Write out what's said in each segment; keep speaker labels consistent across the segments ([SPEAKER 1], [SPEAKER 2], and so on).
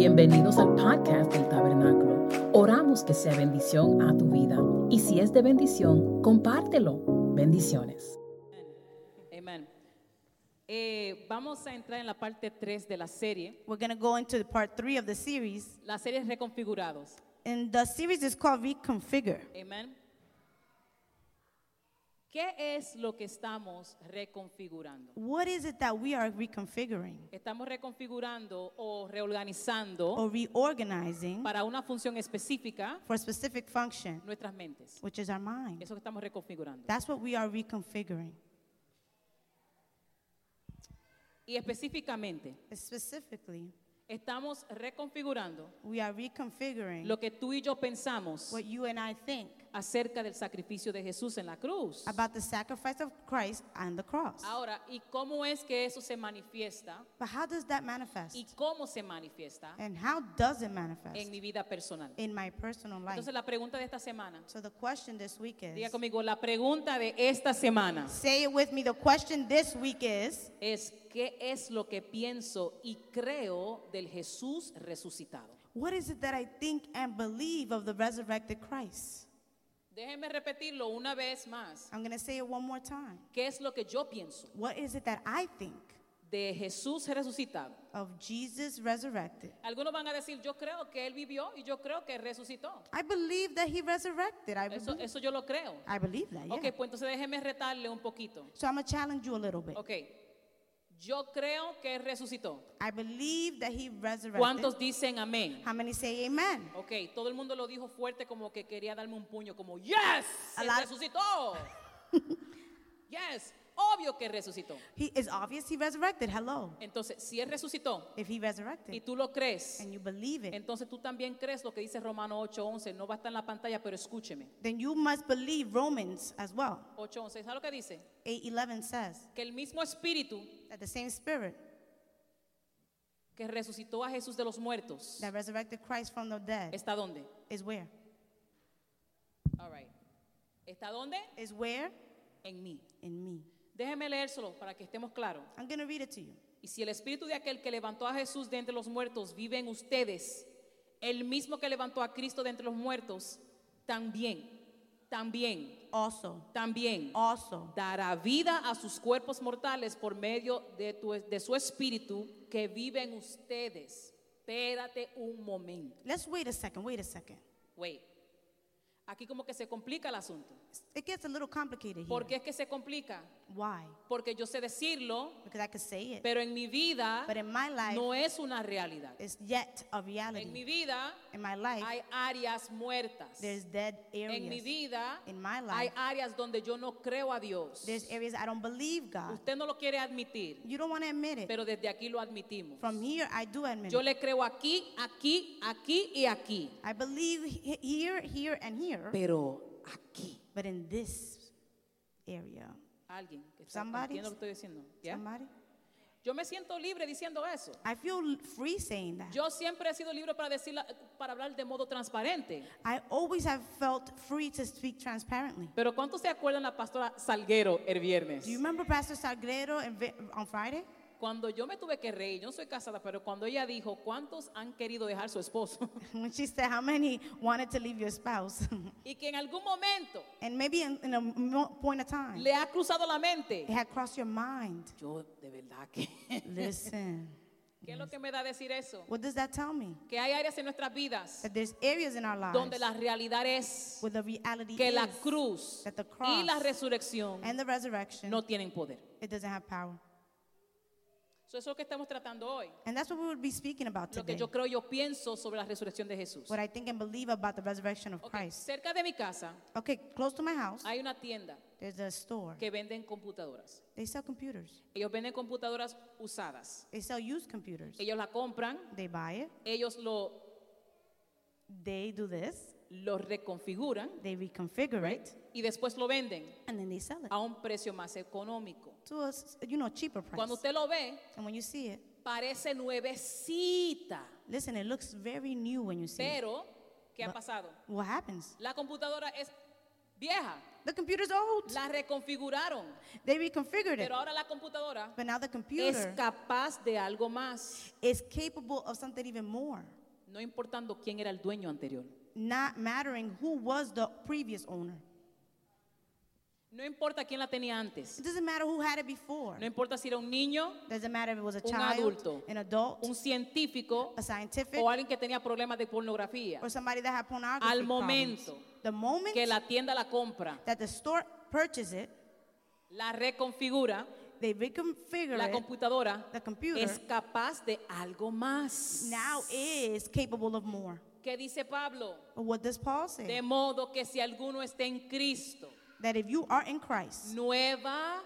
[SPEAKER 1] Bienvenidos al podcast del Tabernáculo. Oramos que sea bendición a tu vida y si es de bendición, compártelo. Bendiciones.
[SPEAKER 2] Amén. Eh, vamos a entrar en la parte 3 de la serie.
[SPEAKER 3] We're going to go into the part three of the series.
[SPEAKER 2] La serie es Reconfigurados.
[SPEAKER 3] And the series is called Reconfigure.
[SPEAKER 2] Amén. ¿Qué es lo que estamos reconfigurando?
[SPEAKER 3] What is it that we are reconfiguring
[SPEAKER 2] Estamos reconfigurando o reorganizando
[SPEAKER 3] or reorganizing
[SPEAKER 2] para una función específica
[SPEAKER 3] for a specific function,
[SPEAKER 2] nuestras mentes.
[SPEAKER 3] which is our mind?
[SPEAKER 2] Eso que estamos reconfigurando.
[SPEAKER 3] That's what we are reconfiguring.
[SPEAKER 2] Y específicamente,
[SPEAKER 3] Specifically,
[SPEAKER 2] estamos reconfigurando
[SPEAKER 3] we are reconfiguring
[SPEAKER 2] lo que tú y yo pensamos
[SPEAKER 3] what you and I think
[SPEAKER 2] acerca del sacrificio de Jesús en la cruz.
[SPEAKER 3] about the sacrifice of Christ on the cross.
[SPEAKER 2] Ahora, ¿y cómo es que eso se manifiesta?
[SPEAKER 3] But how does that
[SPEAKER 2] ¿Y
[SPEAKER 3] manifest?
[SPEAKER 2] cómo se manifiesta
[SPEAKER 3] And how does it manifest
[SPEAKER 2] en mi vida personal?
[SPEAKER 3] in my personal life?
[SPEAKER 2] Entonces, la pregunta de esta semana,
[SPEAKER 3] So the question this week
[SPEAKER 2] diga
[SPEAKER 3] is
[SPEAKER 2] conmigo, la pregunta de esta semana
[SPEAKER 3] Say it with me. The question this week is
[SPEAKER 2] es, ¿qué es lo que pienso y creo del Jesús resucitado?
[SPEAKER 3] What is it that I think and believe of the resurrected Christ?
[SPEAKER 2] Déjenme repetirlo una vez más.
[SPEAKER 3] I'm going to say it one more time.
[SPEAKER 2] ¿Qué es lo que yo pienso
[SPEAKER 3] What is it that I think
[SPEAKER 2] de Jesús resucitado?
[SPEAKER 3] of Jesus resurrected?
[SPEAKER 2] Algunos van a decir, yo creo que Él vivió y yo creo que resucitó.
[SPEAKER 3] I believe that he resurrected. I
[SPEAKER 2] Eso,
[SPEAKER 3] believe,
[SPEAKER 2] eso yo lo creo.
[SPEAKER 3] I believe that, yeah.
[SPEAKER 2] Ok, pues entonces déjeme retarle un poquito.
[SPEAKER 3] So I'm going to challenge you a little bit.
[SPEAKER 2] Ok, yo creo que Él resucitó.
[SPEAKER 3] I believe that he resurrected.
[SPEAKER 2] ¿Cuántos dicen amén?
[SPEAKER 3] How many say amen?
[SPEAKER 2] Ok, todo el mundo lo dijo fuerte como que quería darme un puño, como yes,
[SPEAKER 3] A
[SPEAKER 2] Él
[SPEAKER 3] lot-
[SPEAKER 2] resucitó. yes, obvio que resucitó.
[SPEAKER 3] He is obvious he resurrected. Hello.
[SPEAKER 2] Entonces, si Él resucitó
[SPEAKER 3] If he
[SPEAKER 2] y
[SPEAKER 3] resurrected
[SPEAKER 2] tú lo crees,
[SPEAKER 3] and you believe it,
[SPEAKER 2] entonces tú también crees lo que dice Romano 8.11, no va a estar en la pantalla, pero escúcheme.
[SPEAKER 3] then you must believe Romans as well.
[SPEAKER 2] 8.11, ¿sabes lo que dice?
[SPEAKER 3] 8:11 says
[SPEAKER 2] Que el mismo espíritu
[SPEAKER 3] that the same spirit
[SPEAKER 2] que resucitó a Jesús de los muertos,
[SPEAKER 3] that resurrected Christ from the dead
[SPEAKER 2] ¿está dónde?
[SPEAKER 3] is where?
[SPEAKER 2] All right. ¿Está dónde?
[SPEAKER 3] Is where?
[SPEAKER 2] En mí.
[SPEAKER 3] In me.
[SPEAKER 2] Déjeme leérselo para que estemos claros.
[SPEAKER 3] I'm going to read it to you.
[SPEAKER 2] Y si el espíritu de aquel que levantó a Jesús de entre los muertos vive en ustedes, el mismo que levantó a Cristo de entre los muertos, también, también,
[SPEAKER 3] Also,
[SPEAKER 2] también
[SPEAKER 3] also
[SPEAKER 2] dará vida a sus cuerpos mortales por medio de, tu- de su espíritu que vive en ustedes. Espérate un momento.
[SPEAKER 3] Let's wait a second, wait a second.
[SPEAKER 2] Wait. Aquí como que se complica el asunto.
[SPEAKER 3] It gets a little complicated here.
[SPEAKER 2] ¿Por qué es que se complica?
[SPEAKER 3] Why?
[SPEAKER 2] Porque yo sé decirlo,
[SPEAKER 3] Because I could say it.
[SPEAKER 2] pero en mi vida
[SPEAKER 3] but in my life,
[SPEAKER 2] no es una realidad.
[SPEAKER 3] it's yet a
[SPEAKER 2] En mi
[SPEAKER 3] reality.
[SPEAKER 2] vida
[SPEAKER 3] In my life,
[SPEAKER 2] hay áreas muertas.
[SPEAKER 3] there's dead areas.
[SPEAKER 2] En mi vida
[SPEAKER 3] In my life,
[SPEAKER 2] hay áreas donde yo no creo a Dios.
[SPEAKER 3] there's areas I don't believe God.
[SPEAKER 2] Usted no lo quiere admitir,
[SPEAKER 3] You don't want to admit it.
[SPEAKER 2] pero desde aquí lo admitimos.
[SPEAKER 3] From here, I do admit
[SPEAKER 2] Yo
[SPEAKER 3] it.
[SPEAKER 2] le creo aquí, aquí, aquí y aquí,
[SPEAKER 3] I believe he- here, here, and here.
[SPEAKER 2] pero aquí.
[SPEAKER 3] But in this area,
[SPEAKER 2] Alguien que está
[SPEAKER 3] Somebody-
[SPEAKER 2] entiendo lo que estoy diciendo. ¿ya?
[SPEAKER 3] somebody,
[SPEAKER 2] Yo me siento libre diciendo eso.
[SPEAKER 3] I feel free saying that.
[SPEAKER 2] Yo siempre he sido libre para decir la- para hablar de modo transparente.
[SPEAKER 3] I always have felt free to speak transparently.
[SPEAKER 2] Pero ¿cuántos se acuerdan la pastora Salguero el viernes?
[SPEAKER 3] Do you remember Pastor Salguero in Vi- on Friday?
[SPEAKER 2] Cuando yo me tuve que reír, yo no soy casada, pero cuando ella dijo, ¿cuántos han querido dejar su esposo?
[SPEAKER 3] When she said, How many wanted to leave your spouse?
[SPEAKER 2] y que en algún momento
[SPEAKER 3] and maybe in, in a mo- point of time,
[SPEAKER 2] le ha cruzado la mente.
[SPEAKER 3] it had crossed your mind.
[SPEAKER 2] Yo, de verdad que...
[SPEAKER 3] Listen,
[SPEAKER 2] ¿Qué es lo que me da a decir eso?
[SPEAKER 3] what does that tell me?
[SPEAKER 2] Que hay áreas en nuestras vidas
[SPEAKER 3] That there's areas in our lives
[SPEAKER 2] donde la realidad es
[SPEAKER 3] where the reality
[SPEAKER 2] que la
[SPEAKER 3] is
[SPEAKER 2] cruz
[SPEAKER 3] that the
[SPEAKER 2] y la
[SPEAKER 3] cross
[SPEAKER 2] resurrección
[SPEAKER 3] and the resurrection,
[SPEAKER 2] no tienen poder.
[SPEAKER 3] it doesn't have power.
[SPEAKER 2] Eso es lo que estamos tratando hoy.
[SPEAKER 3] And that's what we would be speaking about
[SPEAKER 2] Lo que
[SPEAKER 3] today.
[SPEAKER 2] yo creo, yo pienso sobre la resurrección de Jesús.
[SPEAKER 3] What I think and believe about the resurrection of
[SPEAKER 2] Ok,
[SPEAKER 3] Christ.
[SPEAKER 2] Cerca de mi casa
[SPEAKER 3] Okay, close to my house,
[SPEAKER 2] hay una tienda
[SPEAKER 3] there's a store.
[SPEAKER 2] que venden computadoras.
[SPEAKER 3] They sell computers.
[SPEAKER 2] Ellos venden computadoras usadas.
[SPEAKER 3] They sell used computers.
[SPEAKER 2] Ellos la compran,
[SPEAKER 3] They buy it.
[SPEAKER 2] ellos lo,
[SPEAKER 3] They do this.
[SPEAKER 2] lo reconfiguran
[SPEAKER 3] They reconfigure it,
[SPEAKER 2] y después lo venden
[SPEAKER 3] and then they sell it
[SPEAKER 2] a un precio más económico.
[SPEAKER 3] to a s- you know cheaper price.
[SPEAKER 2] Cuando usted lo ve,
[SPEAKER 3] And when you see it,
[SPEAKER 2] parece nuevecita,
[SPEAKER 3] listen, it looks very new when you see it.
[SPEAKER 2] pero ¿qué ha pasado?
[SPEAKER 3] What happens?
[SPEAKER 2] La computadora es vieja.
[SPEAKER 3] The computer's old.
[SPEAKER 2] La reconfiguraron,
[SPEAKER 3] They reconfigured it.
[SPEAKER 2] pero ahora la computadora
[SPEAKER 3] But now the
[SPEAKER 2] es
[SPEAKER 3] computer
[SPEAKER 2] capaz de algo más,
[SPEAKER 3] is capable of something even more,
[SPEAKER 2] no importando quién era el dueño anterior,
[SPEAKER 3] not mattering who was the previous owner.
[SPEAKER 2] no importa quién la tenía antes,
[SPEAKER 3] It doesn't matter who had it before.
[SPEAKER 2] no importa si era un niño,
[SPEAKER 3] Doesn't matter if it was a
[SPEAKER 2] Un
[SPEAKER 3] child,
[SPEAKER 2] adulto.
[SPEAKER 3] an adult,
[SPEAKER 2] un científico
[SPEAKER 3] a scientific,
[SPEAKER 2] o alguien que tenía problemas de pornografía.
[SPEAKER 3] or somebody that had pornography
[SPEAKER 2] Al
[SPEAKER 3] problems.
[SPEAKER 2] momento
[SPEAKER 3] The moment
[SPEAKER 2] Que la tienda la compra,
[SPEAKER 3] that the store purchases it,
[SPEAKER 2] la reconfigura,
[SPEAKER 3] they reconfigure
[SPEAKER 2] la
[SPEAKER 3] it.
[SPEAKER 2] computadora
[SPEAKER 3] The computer.
[SPEAKER 2] es capaz de algo más.
[SPEAKER 3] Now is capable of more.
[SPEAKER 2] ¿Qué dice Pablo?
[SPEAKER 3] But what does Paul say?
[SPEAKER 2] De modo que si alguno está en Cristo,
[SPEAKER 3] that if you are in Christ,
[SPEAKER 2] nueva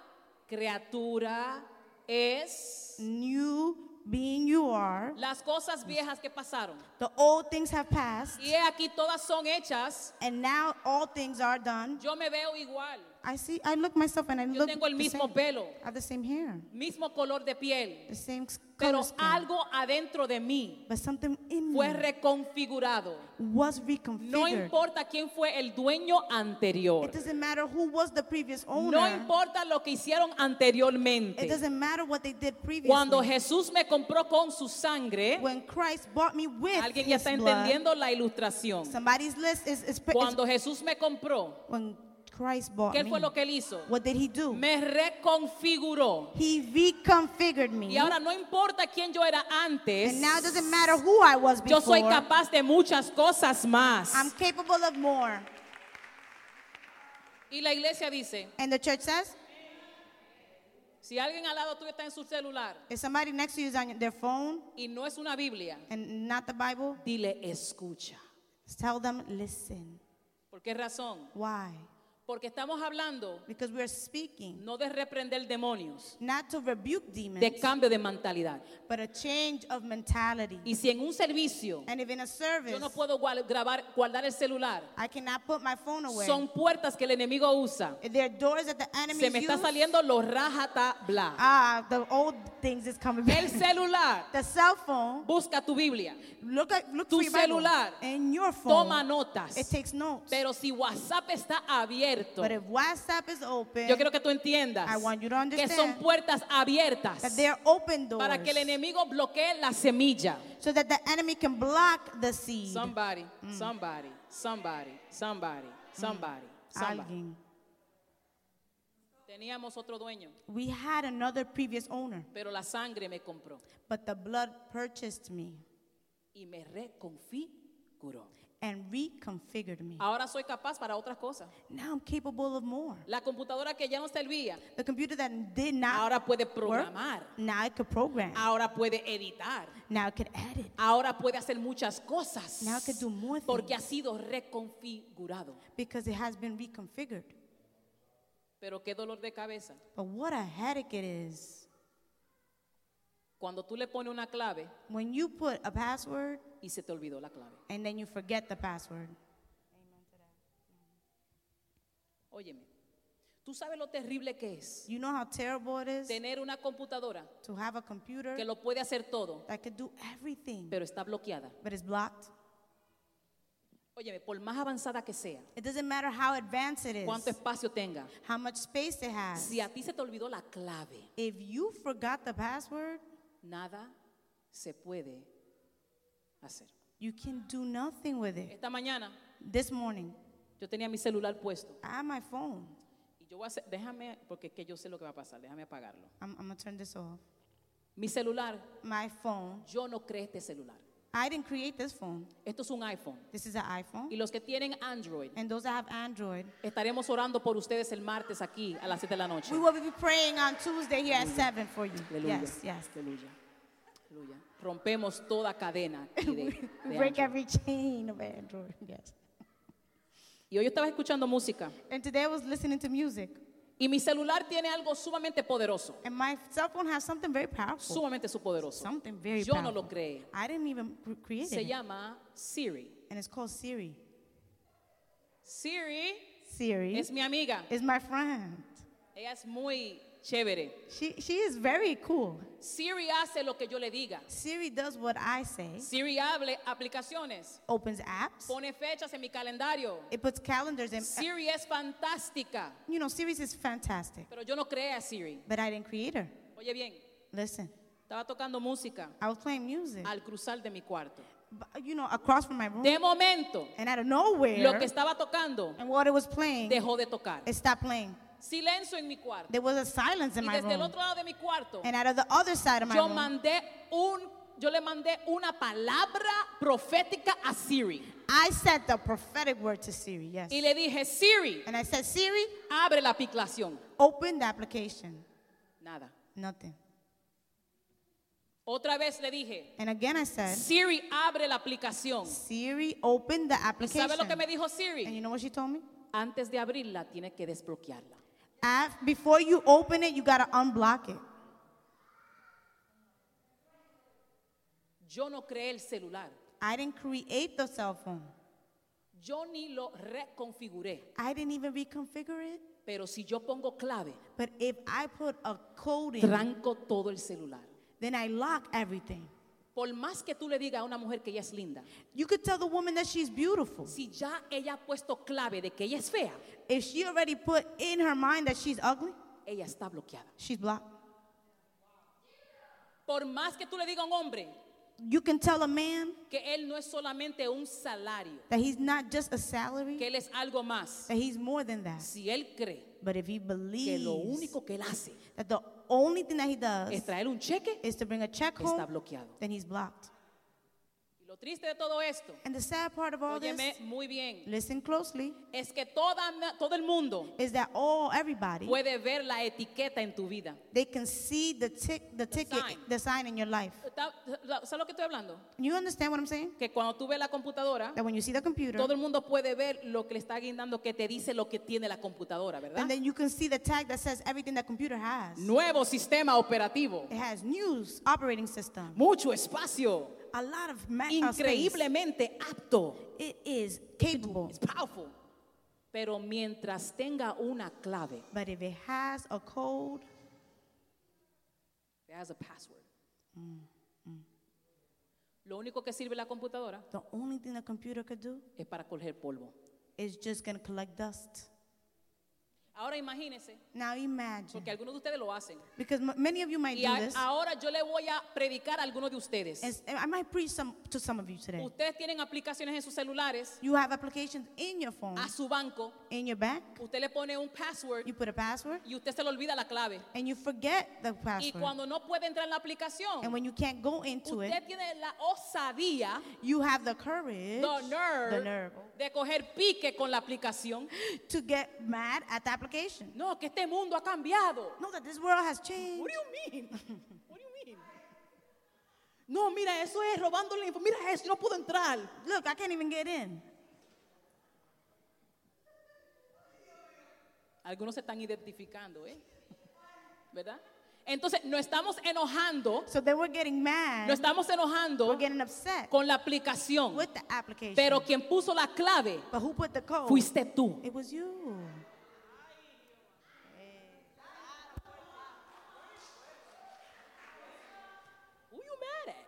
[SPEAKER 2] criatura es.
[SPEAKER 3] new being you are,
[SPEAKER 2] Las cosas viejas que pasaron.
[SPEAKER 3] the old things have passed,
[SPEAKER 2] Y he aquí todas son hechas.
[SPEAKER 3] and now all things are done.
[SPEAKER 2] Yo me veo igual.
[SPEAKER 3] I see, I look myself and I
[SPEAKER 2] Yo
[SPEAKER 3] look
[SPEAKER 2] tengo el
[SPEAKER 3] the
[SPEAKER 2] mismo
[SPEAKER 3] same.
[SPEAKER 2] pelo,
[SPEAKER 3] I have the same hair,
[SPEAKER 2] mismo color de piel.
[SPEAKER 3] the same s-
[SPEAKER 2] Pero
[SPEAKER 3] color skin. Hmm.
[SPEAKER 2] algo adentro de mí
[SPEAKER 3] but something in
[SPEAKER 2] fue
[SPEAKER 3] me
[SPEAKER 2] reconfigurado.
[SPEAKER 3] was
[SPEAKER 2] No
[SPEAKER 3] reconfigured.
[SPEAKER 2] importa quién fue el dueño anterior.
[SPEAKER 3] it doesn't matter who was the previous owner.
[SPEAKER 2] No importa lo que hicieron
[SPEAKER 3] it
[SPEAKER 2] anteriormente.
[SPEAKER 3] doesn't matter what they did previously.
[SPEAKER 2] Cuando Jesús me compró con su sangre,
[SPEAKER 3] when Christ bought me with
[SPEAKER 2] alguien ya
[SPEAKER 3] his
[SPEAKER 2] está
[SPEAKER 3] blood,
[SPEAKER 2] entendiendo la ilustración.
[SPEAKER 3] somebody's list is, is, is
[SPEAKER 2] Cuando Jesús me compró,
[SPEAKER 3] when Christ bought
[SPEAKER 2] ¿qué
[SPEAKER 3] me.
[SPEAKER 2] fue lo que él hizo?
[SPEAKER 3] What did he do?
[SPEAKER 2] Me reconfiguró.
[SPEAKER 3] He reconfigured me.
[SPEAKER 2] Y ahora no importa quién yo era antes,
[SPEAKER 3] and now it doesn't matter who I was
[SPEAKER 2] yo
[SPEAKER 3] before.
[SPEAKER 2] soy capaz de muchas cosas más.
[SPEAKER 3] I'm capable of more.
[SPEAKER 2] Y la iglesia dice,
[SPEAKER 3] And the church says,
[SPEAKER 2] si alguien al lado tuyo está en su celular
[SPEAKER 3] if somebody next to you is on their phone
[SPEAKER 2] y no es una Biblia,
[SPEAKER 3] and not the Bible,
[SPEAKER 2] dile escucha.
[SPEAKER 3] tell them, listen.
[SPEAKER 2] ¿Por qué razón?
[SPEAKER 3] Why?
[SPEAKER 2] Porque estamos hablando
[SPEAKER 3] Because we're speaking
[SPEAKER 2] no de reprender demonios,
[SPEAKER 3] not to rebuke demons,
[SPEAKER 2] de cambio de mentalidad.
[SPEAKER 3] but a change of mentality.
[SPEAKER 2] Y si en un servicio
[SPEAKER 3] and if in a service,
[SPEAKER 2] yo no puedo guar- grabar, guardar el celular,
[SPEAKER 3] I cannot put my phone away,
[SPEAKER 2] son puertas que el enemigo usa.
[SPEAKER 3] if there are doors that the enemy
[SPEAKER 2] Se me está saliendo los rajatabla.
[SPEAKER 3] ah, the old things is coming back.
[SPEAKER 2] El celular,
[SPEAKER 3] The cell phone.
[SPEAKER 2] busca tu Biblia,
[SPEAKER 3] Look at look
[SPEAKER 2] Tu
[SPEAKER 3] for your Bible.
[SPEAKER 2] celular.
[SPEAKER 3] and your phone.
[SPEAKER 2] toma notas.
[SPEAKER 3] It takes notes.
[SPEAKER 2] Pero si WhatsApp está abierto,
[SPEAKER 3] but if WhatsApp is open,
[SPEAKER 2] yo quiero que tú entiendas
[SPEAKER 3] I want you to
[SPEAKER 2] que
[SPEAKER 3] understand
[SPEAKER 2] son puertas abiertas
[SPEAKER 3] that there are open doors
[SPEAKER 2] para que el enemigo bloquee la semilla.
[SPEAKER 3] so that the enemy can block the seed.
[SPEAKER 2] Somebody,
[SPEAKER 3] Mm.
[SPEAKER 2] somebody, somebody, somebody, somebody, somebody.
[SPEAKER 3] Alguien.
[SPEAKER 2] Teníamos otro dueño,
[SPEAKER 3] We had another previous owner,
[SPEAKER 2] pero la sangre me compró
[SPEAKER 3] but the blood purchased me
[SPEAKER 2] y me reconfiguró.
[SPEAKER 3] and reconfigured me.
[SPEAKER 2] Ahora soy capaz para otras cosas.
[SPEAKER 3] Now I'm capable of more.
[SPEAKER 2] La computadora que ya no servía,
[SPEAKER 3] The computer that did not
[SPEAKER 2] ahora Ah. puede
[SPEAKER 3] work,
[SPEAKER 2] programar,
[SPEAKER 3] now it could program.
[SPEAKER 2] ahora puede editar,
[SPEAKER 3] Now it could edit.
[SPEAKER 2] ahora puede hacer muchas cosas.
[SPEAKER 3] Now it could do more
[SPEAKER 2] Porque ha
[SPEAKER 3] things.
[SPEAKER 2] sido reconfigurado.
[SPEAKER 3] Because it has been reconfigured.
[SPEAKER 2] Pero qué dolor de cabeza.
[SPEAKER 3] But what a headache it is.
[SPEAKER 2] Cuando tú le pones una clave
[SPEAKER 3] When you put a password
[SPEAKER 2] y se te olvidó la clave.
[SPEAKER 3] and then you forget the password.
[SPEAKER 2] Óyeme, tú sabes lo terrible que es
[SPEAKER 3] You know how terrible it is
[SPEAKER 2] tener una computadora
[SPEAKER 3] to have a computer
[SPEAKER 2] que lo puede hacer todo,
[SPEAKER 3] that could do everything,
[SPEAKER 2] pero está bloqueada.
[SPEAKER 3] but it's blocked.
[SPEAKER 2] Óyeme, por más avanzada que sea,
[SPEAKER 3] It doesn't matter how advanced it is,
[SPEAKER 2] cuánto espacio tenga,
[SPEAKER 3] how much space it has.
[SPEAKER 2] si a ti se te olvidó la clave,
[SPEAKER 3] If you forgot the password,
[SPEAKER 2] nada se puede hacer.
[SPEAKER 3] you can do nothing with it.
[SPEAKER 2] Esta mañana
[SPEAKER 3] This morning,
[SPEAKER 2] yo tenía mi celular puesto
[SPEAKER 3] I have my phone.
[SPEAKER 2] y yo voy a hacer, déjame, porque es que yo sé lo que va a pasar, déjame apagarlo.
[SPEAKER 3] I'm, I'm gonna turn this off.
[SPEAKER 2] Mi celular,
[SPEAKER 3] My phone.
[SPEAKER 2] yo no creé este celular.
[SPEAKER 3] I didn't create this phone.
[SPEAKER 2] Esto es un iPhone.
[SPEAKER 3] This is an
[SPEAKER 2] Y
[SPEAKER 3] iPhone.
[SPEAKER 2] los que tienen Android,
[SPEAKER 3] And those that have Android,
[SPEAKER 2] estaremos orando por ustedes el martes aquí a las 7 de la noche.
[SPEAKER 3] we will be praying on Tuesday here at 7 for you.
[SPEAKER 2] Aleluya.
[SPEAKER 3] Yes, yes.
[SPEAKER 2] Aleluya. Aleluya. Rompemos toda cadena aquí de- de
[SPEAKER 3] We
[SPEAKER 2] Android.
[SPEAKER 3] break every chain of Android. Yes.
[SPEAKER 2] Y hoy yo estaba escuchando música
[SPEAKER 3] And today I was listening to music,
[SPEAKER 2] y mi celular tiene algo sumamente poderoso,
[SPEAKER 3] and my cell phone has something very powerful.
[SPEAKER 2] sumamente su poderoso.
[SPEAKER 3] Something very
[SPEAKER 2] Yo no
[SPEAKER 3] powerful.
[SPEAKER 2] lo creé.
[SPEAKER 3] I didn't even cr- create
[SPEAKER 2] Se
[SPEAKER 3] it,
[SPEAKER 2] llama Siri.
[SPEAKER 3] and it's called Siri.
[SPEAKER 2] Siri
[SPEAKER 3] Siri
[SPEAKER 2] es mi amiga.
[SPEAKER 3] is my friend.
[SPEAKER 2] Ella es muy Chévere.
[SPEAKER 3] She, she is very cool.
[SPEAKER 2] Siri hace lo que yo le diga.
[SPEAKER 3] Siri does what I say,
[SPEAKER 2] Siri abre aplicaciones.
[SPEAKER 3] opens apps,
[SPEAKER 2] Pone fechas en mi calendario.
[SPEAKER 3] it puts calendars in.
[SPEAKER 2] Siri es fantástica.
[SPEAKER 3] You know, Siri is fantastic,
[SPEAKER 2] Pero yo no creé a Siri.
[SPEAKER 3] but I didn't create her.
[SPEAKER 2] Oye bien,
[SPEAKER 3] Listen,
[SPEAKER 2] estaba tocando música
[SPEAKER 3] I was playing music,
[SPEAKER 2] al cruzar de mi cuarto.
[SPEAKER 3] but, you know, across from my room,
[SPEAKER 2] De momento,
[SPEAKER 3] and out of nowhere,
[SPEAKER 2] lo que estaba tocando
[SPEAKER 3] and what it was playing,
[SPEAKER 2] dejó de tocar.
[SPEAKER 3] it stopped playing.
[SPEAKER 2] Silencio en mi cuarto.
[SPEAKER 3] There was a silence in
[SPEAKER 2] Y
[SPEAKER 3] my
[SPEAKER 2] desde el
[SPEAKER 3] room,
[SPEAKER 2] otro lado de mi cuarto,
[SPEAKER 3] and out of the other side of my
[SPEAKER 2] yo
[SPEAKER 3] room,
[SPEAKER 2] mandé un, yo le mandé una palabra profética a Siri
[SPEAKER 3] I said the prophetic word to Siri, yes.
[SPEAKER 2] y le dije Siri,
[SPEAKER 3] And I said, Siri,
[SPEAKER 2] abre la aplicación.
[SPEAKER 3] open the application.
[SPEAKER 2] Nada.
[SPEAKER 3] Nothing.
[SPEAKER 2] Otra vez le dije
[SPEAKER 3] And again I said,
[SPEAKER 2] Siri, abre la aplicación.
[SPEAKER 3] Siri, open the
[SPEAKER 2] ¿Y
[SPEAKER 3] application.
[SPEAKER 2] sabe lo que me dijo
[SPEAKER 3] And you
[SPEAKER 2] Siri?
[SPEAKER 3] know what she told me?
[SPEAKER 2] Antes de abrirla, tiene que desbloquearla.
[SPEAKER 3] Af- before you open it, you gotta unblock it.
[SPEAKER 2] Yo no creé el celular.
[SPEAKER 3] I didn't create the cell phone.
[SPEAKER 2] Yo ni lo reconfiguré.
[SPEAKER 3] I didn't even reconfigure it.
[SPEAKER 2] Pero si yo pongo clave,
[SPEAKER 3] But if I put a code in,
[SPEAKER 2] tranco todo el celular.
[SPEAKER 3] then I lock everything.
[SPEAKER 2] Por más que tú le digas a una mujer que ella es linda,
[SPEAKER 3] You could tell the woman that she's beautiful.
[SPEAKER 2] si ya ella ha puesto clave de que ella es fea,
[SPEAKER 3] If she already put in her mind that she's ugly,
[SPEAKER 2] ella está bloqueada.
[SPEAKER 3] she's blocked.
[SPEAKER 2] Por más que tú le digas a un hombre
[SPEAKER 3] You can tell a man
[SPEAKER 2] que él no es solamente un salario,
[SPEAKER 3] that he's not just a salary,
[SPEAKER 2] que él es algo más,
[SPEAKER 3] that he's more than that.
[SPEAKER 2] si él cree
[SPEAKER 3] But if he
[SPEAKER 2] que
[SPEAKER 3] believes
[SPEAKER 2] lo único que él hace
[SPEAKER 3] that the only thing that he does
[SPEAKER 2] es traer un cheque,
[SPEAKER 3] is to bring a check
[SPEAKER 2] está
[SPEAKER 3] home,
[SPEAKER 2] bloqueado.
[SPEAKER 3] then he's blocked.
[SPEAKER 2] Y lo triste de todo esto,
[SPEAKER 3] And the sad part of all
[SPEAKER 2] óyeme
[SPEAKER 3] this,
[SPEAKER 2] muy bien,
[SPEAKER 3] listen closely,
[SPEAKER 2] es que toda, todo el mundo
[SPEAKER 3] is that all everybody
[SPEAKER 2] puede ver la etiqueta en tu vida.
[SPEAKER 3] they can see the tick, the ticket,
[SPEAKER 2] sign.
[SPEAKER 3] the sign in your life.
[SPEAKER 2] Está- ¿Sabes lo que estoy hablando?
[SPEAKER 3] You understand what I'm saying?
[SPEAKER 2] Que cuando tú ves la computadora,
[SPEAKER 3] That when you see the computer,
[SPEAKER 2] todo el mundo puede ver lo que le está guindando, que te dice lo que tiene la computadora, ¿verdad?
[SPEAKER 3] and then you can see the tag that says everything that computer has.
[SPEAKER 2] Nuevo sistema operativo,
[SPEAKER 3] It has news, operating system,
[SPEAKER 2] mucho espacio,
[SPEAKER 3] a lot of ma- uh, space.
[SPEAKER 2] increíblemente apto,
[SPEAKER 3] It is capable,
[SPEAKER 2] it's powerful. Pero mientras tenga una clave,
[SPEAKER 3] but if it has a code,
[SPEAKER 2] it has a password. Lo único que sirve la computadora
[SPEAKER 3] the only thing the computer could do
[SPEAKER 2] es para coger polvo.
[SPEAKER 3] is just gonna collect dust.
[SPEAKER 2] Ahora imagínense,
[SPEAKER 3] Now imagine,
[SPEAKER 2] porque algunos de ustedes lo hacen.
[SPEAKER 3] because m- many of you might
[SPEAKER 2] Y
[SPEAKER 3] do
[SPEAKER 2] a-
[SPEAKER 3] this.
[SPEAKER 2] ahora yo le voy a predicar a algunos de ustedes.
[SPEAKER 3] And s- and I might preach some to some of you today.
[SPEAKER 2] Ustedes tienen aplicaciones en sus celulares,
[SPEAKER 3] You have applications in your phone,
[SPEAKER 2] a su banco.
[SPEAKER 3] in your bank.
[SPEAKER 2] Usted le pone un password
[SPEAKER 3] You put a password,
[SPEAKER 2] y usted se le olvida la clave.
[SPEAKER 3] and you forget the
[SPEAKER 2] Y
[SPEAKER 3] password.
[SPEAKER 2] cuando no puede entrar en la
[SPEAKER 3] And
[SPEAKER 2] aplicación,
[SPEAKER 3] when you can't go into it,
[SPEAKER 2] usted tiene la osadía,
[SPEAKER 3] you have the
[SPEAKER 2] the
[SPEAKER 3] courage, the
[SPEAKER 2] nerve,
[SPEAKER 3] nerve,
[SPEAKER 2] de coger pique con la aplicación.
[SPEAKER 3] to get mad at the application.
[SPEAKER 2] No, que este mundo ha cambiado.
[SPEAKER 3] Know that this world has changed.
[SPEAKER 2] What do you mean? What do you mean? No, mira, eso es robando la info. Mira eso, yo no puedo entrar.
[SPEAKER 3] Look, I can't even get in.
[SPEAKER 2] Algunos se están identificando, ¿eh? ¿Verdad? Entonces, no estamos enojando,
[SPEAKER 3] So then we're getting
[SPEAKER 2] no
[SPEAKER 3] mad.
[SPEAKER 2] estamos
[SPEAKER 3] We're
[SPEAKER 2] enojando
[SPEAKER 3] getting upset
[SPEAKER 2] con la aplicación.
[SPEAKER 3] with the application.
[SPEAKER 2] Pero quien puso la clave
[SPEAKER 3] but who put the code?
[SPEAKER 2] fuiste tú.
[SPEAKER 3] It was you.
[SPEAKER 2] Who you mad at?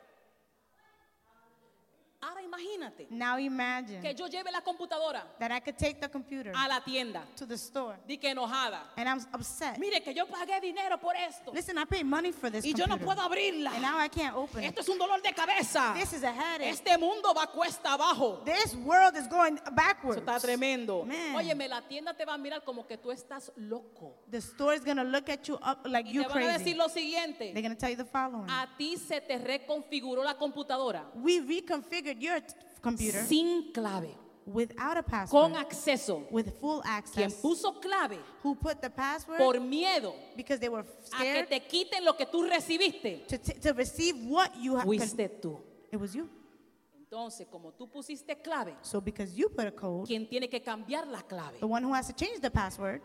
[SPEAKER 2] Ahora imagínate
[SPEAKER 3] Now imagine
[SPEAKER 2] que Ah. yo lleve la computadora
[SPEAKER 3] that I could take the computer
[SPEAKER 2] a la tienda.
[SPEAKER 3] to the store,
[SPEAKER 2] Di que enojada.
[SPEAKER 3] and I'm s- upset.
[SPEAKER 2] Mire que yo pagué dinero por esto.
[SPEAKER 3] Listen, I paid money for this
[SPEAKER 2] Y yo no
[SPEAKER 3] computer,
[SPEAKER 2] puedo abrirla.
[SPEAKER 3] and now I can't open it.
[SPEAKER 2] Esto es un dolor de cabeza.
[SPEAKER 3] This is a headache.
[SPEAKER 2] Este mundo va cuesta abajo.
[SPEAKER 3] This world is going
[SPEAKER 2] Eso
[SPEAKER 3] backwards.
[SPEAKER 2] está tremendo.
[SPEAKER 3] Man.
[SPEAKER 2] Óyeme, la tienda te va a mirar como que tú estás loco.
[SPEAKER 3] The store is gonna look at you up like
[SPEAKER 2] Y
[SPEAKER 3] you
[SPEAKER 2] te van a
[SPEAKER 3] crazy.
[SPEAKER 2] decir lo Ah.
[SPEAKER 3] They're
[SPEAKER 2] siguiente.
[SPEAKER 3] gonna tell you the following:
[SPEAKER 2] A ti se te reconfiguró la computadora
[SPEAKER 3] We reconfigured your t- computer
[SPEAKER 2] sin clave,
[SPEAKER 3] without a
[SPEAKER 2] con
[SPEAKER 3] password,
[SPEAKER 2] acceso.
[SPEAKER 3] with full
[SPEAKER 2] Quien
[SPEAKER 3] access.
[SPEAKER 2] puso clave
[SPEAKER 3] Who put the password?
[SPEAKER 2] por miedo
[SPEAKER 3] because they were
[SPEAKER 2] a que
[SPEAKER 3] scared
[SPEAKER 2] te quiten lo que tú recibiste,
[SPEAKER 3] to, t- to receive what you have.
[SPEAKER 2] fuiste tú.
[SPEAKER 3] It was you.
[SPEAKER 2] Entonces, como tú pusiste clave,
[SPEAKER 3] So because you put a code,
[SPEAKER 2] quien tiene que cambiar la clave
[SPEAKER 3] the one who has to change the password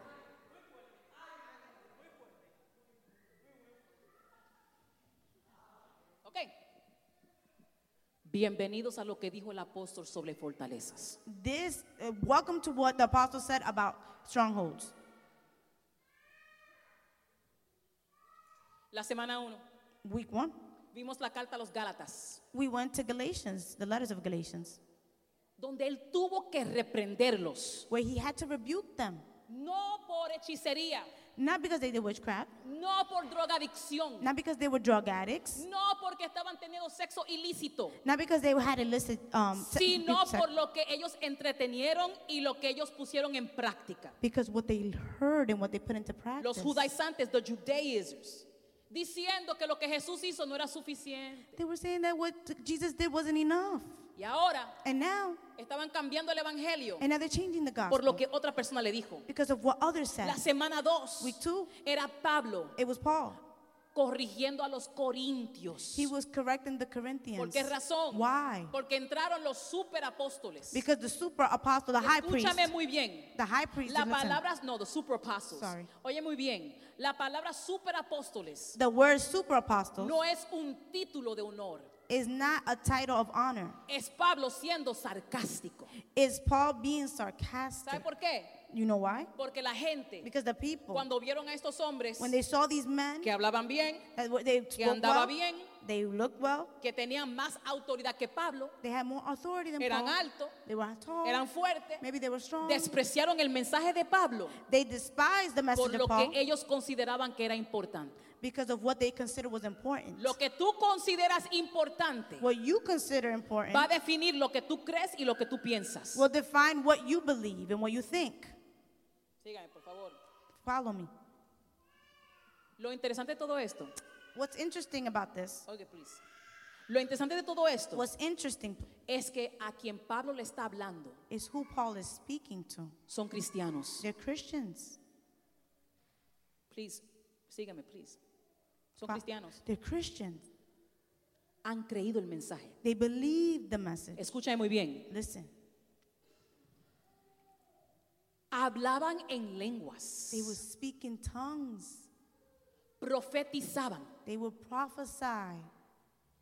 [SPEAKER 2] Ok. Bienvenidos a lo que dijo el apóstol sobre fortalezas.
[SPEAKER 3] This, uh, welcome to what the apostle said about strongholds.
[SPEAKER 2] La semana 1
[SPEAKER 3] Week one,
[SPEAKER 2] vimos la carta a los Gálatas,
[SPEAKER 3] we went to Galatians, the letters of Galatians,
[SPEAKER 2] donde él tuvo que reprenderlos,
[SPEAKER 3] where he had to rebuke them.
[SPEAKER 2] no por hechicería,
[SPEAKER 3] Not because they did witchcraft,
[SPEAKER 2] no por drogadicción,
[SPEAKER 3] not because they were drug addicts,
[SPEAKER 2] no porque estaban teniendo sexo ilícito,
[SPEAKER 3] not because they had illicit. Um, se-
[SPEAKER 2] sino
[SPEAKER 3] se-
[SPEAKER 2] por lo que ellos entretenieron y lo que ellos pusieron en práctica.
[SPEAKER 3] because what they heard and what they put into
[SPEAKER 2] Los
[SPEAKER 3] practice.
[SPEAKER 2] judaizantes, the Judaizers, diciendo que lo que Jesús hizo no era suficiente.
[SPEAKER 3] They were saying that what Jesus did wasn't enough.
[SPEAKER 2] Y ahora
[SPEAKER 3] And now,
[SPEAKER 2] estaban cambiando el evangelio
[SPEAKER 3] and now they're changing the gospel
[SPEAKER 2] por lo que otra persona le dijo.
[SPEAKER 3] because of what others said.
[SPEAKER 2] La semana 2
[SPEAKER 3] Week two.
[SPEAKER 2] era Pablo
[SPEAKER 3] It was Paul.
[SPEAKER 2] corrigiendo a los corintios.
[SPEAKER 3] He was correcting the Corinthians.
[SPEAKER 2] ¿Por qué razón?
[SPEAKER 3] Why?
[SPEAKER 2] Porque entraron los superapóstoles.
[SPEAKER 3] Because the super apostle, the high priest,
[SPEAKER 2] Escúchame muy bien.
[SPEAKER 3] the high priest,
[SPEAKER 2] La
[SPEAKER 3] listen,
[SPEAKER 2] palabra, no, the superapostles.
[SPEAKER 3] Sorry.
[SPEAKER 2] Oye muy bien, la palabra superapóstoles
[SPEAKER 3] the word super apostle
[SPEAKER 2] no es un título de honor.
[SPEAKER 3] is not a title of honor.
[SPEAKER 2] Es Pablo siendo sarcástico.
[SPEAKER 3] It's Paul being
[SPEAKER 2] ¿Sabe
[SPEAKER 3] sarcastic.
[SPEAKER 2] por qué?
[SPEAKER 3] You know why?
[SPEAKER 2] Porque la gente,
[SPEAKER 3] Because the people,
[SPEAKER 2] cuando vieron a estos hombres
[SPEAKER 3] when they saw these men,
[SPEAKER 2] que hablaban bien,
[SPEAKER 3] that were- they spoke
[SPEAKER 2] andaba
[SPEAKER 3] well,
[SPEAKER 2] bien.
[SPEAKER 3] they looked well,
[SPEAKER 2] que tenían más autoridad que Pablo,
[SPEAKER 3] they had more authority than
[SPEAKER 2] eran
[SPEAKER 3] Paul.
[SPEAKER 2] altos,
[SPEAKER 3] They were tall.
[SPEAKER 2] eran fuertes,
[SPEAKER 3] Maybe they were strong.
[SPEAKER 2] despreciaron el mensaje de Pablo
[SPEAKER 3] They despised the
[SPEAKER 2] por
[SPEAKER 3] message
[SPEAKER 2] lo
[SPEAKER 3] of Paul
[SPEAKER 2] que ellos consideraban que era importante.
[SPEAKER 3] because of what they considered was important.
[SPEAKER 2] Lo que tú consideras importante
[SPEAKER 3] what you consider important
[SPEAKER 2] va a definir lo que tú crees y lo que tú piensas.
[SPEAKER 3] will define what you believe and what you think.
[SPEAKER 2] Síganme, por favor.
[SPEAKER 3] Follow me.
[SPEAKER 2] Lo interesante de todo esto,
[SPEAKER 3] What's interesting about this?
[SPEAKER 2] oye, please. Lo interesante de todo esto
[SPEAKER 3] What's interesting
[SPEAKER 2] es que a quien Pablo le está hablando
[SPEAKER 3] is who Paul is speaking to.
[SPEAKER 2] son cristianos.
[SPEAKER 3] They're Christians.
[SPEAKER 2] Please, síganme, please. Son
[SPEAKER 3] Pa-
[SPEAKER 2] cristianos.
[SPEAKER 3] They're Christians.
[SPEAKER 2] Han creído el mensaje.
[SPEAKER 3] They believe the message.
[SPEAKER 2] Escúchame muy bien.
[SPEAKER 3] Listen,
[SPEAKER 2] hablaban en lenguas,
[SPEAKER 3] they will speak in tongues.
[SPEAKER 2] profetizaban,
[SPEAKER 3] They will prophesy.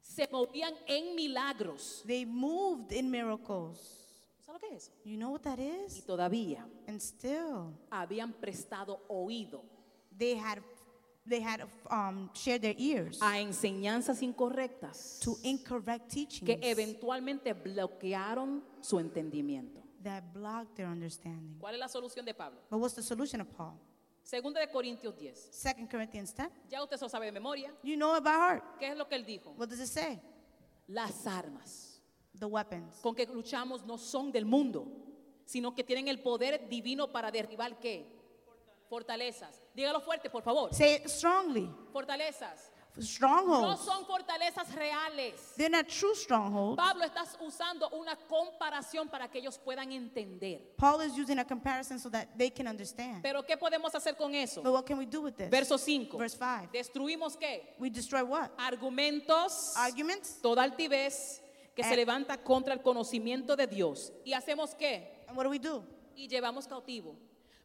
[SPEAKER 2] se movían en milagros.
[SPEAKER 3] They moved in miracles.
[SPEAKER 2] ¿Sabes lo que es?
[SPEAKER 3] You know what that
[SPEAKER 2] Y
[SPEAKER 3] is?
[SPEAKER 2] todavía
[SPEAKER 3] And still,
[SPEAKER 2] habían prestado oído
[SPEAKER 3] they had they had um, shared their ears
[SPEAKER 2] a enseñanzas incorrectas
[SPEAKER 3] to incorrect
[SPEAKER 2] que
[SPEAKER 3] teachings
[SPEAKER 2] eventualmente bloquearon su entendimiento.
[SPEAKER 3] that blocked their understanding.
[SPEAKER 2] ¿Cuál es la solución de Pablo?
[SPEAKER 3] But what's the solution of Paul?
[SPEAKER 2] Segunda de Corintios 10.
[SPEAKER 3] 2 Corinthians 10.
[SPEAKER 2] Ya usted se lo sabe de memoria.
[SPEAKER 3] You know it by heart.
[SPEAKER 2] ¿Qué es lo que él dijo?
[SPEAKER 3] What does it say?
[SPEAKER 2] Las armas
[SPEAKER 3] The weapons
[SPEAKER 2] con que luchamos no son del mundo, sino que tienen el poder divino para derribar qué? Fortalezas. Dígalo fuerte, por favor.
[SPEAKER 3] Say it strongly.
[SPEAKER 2] Fortalezas. No
[SPEAKER 3] Strongholds.
[SPEAKER 2] son fortalezas reales.
[SPEAKER 3] They're not true strongholds.
[SPEAKER 2] Pablo estás usando una comparación para que ellos puedan entender.
[SPEAKER 3] Paul is using a comparison so that they can understand.
[SPEAKER 2] Pero ¿qué podemos hacer con eso?
[SPEAKER 3] But what can we do with this?
[SPEAKER 2] Verso 5.
[SPEAKER 3] Verse 5.
[SPEAKER 2] Destruimos qué?
[SPEAKER 3] We destroy what?
[SPEAKER 2] Argumentos,
[SPEAKER 3] Arguments.
[SPEAKER 2] toda altivez que se
[SPEAKER 3] Eh.
[SPEAKER 2] levanta contra el conocimiento de Dios. ¿Y hacemos qué?
[SPEAKER 3] And what do we do?
[SPEAKER 2] Y llevamos cautivo.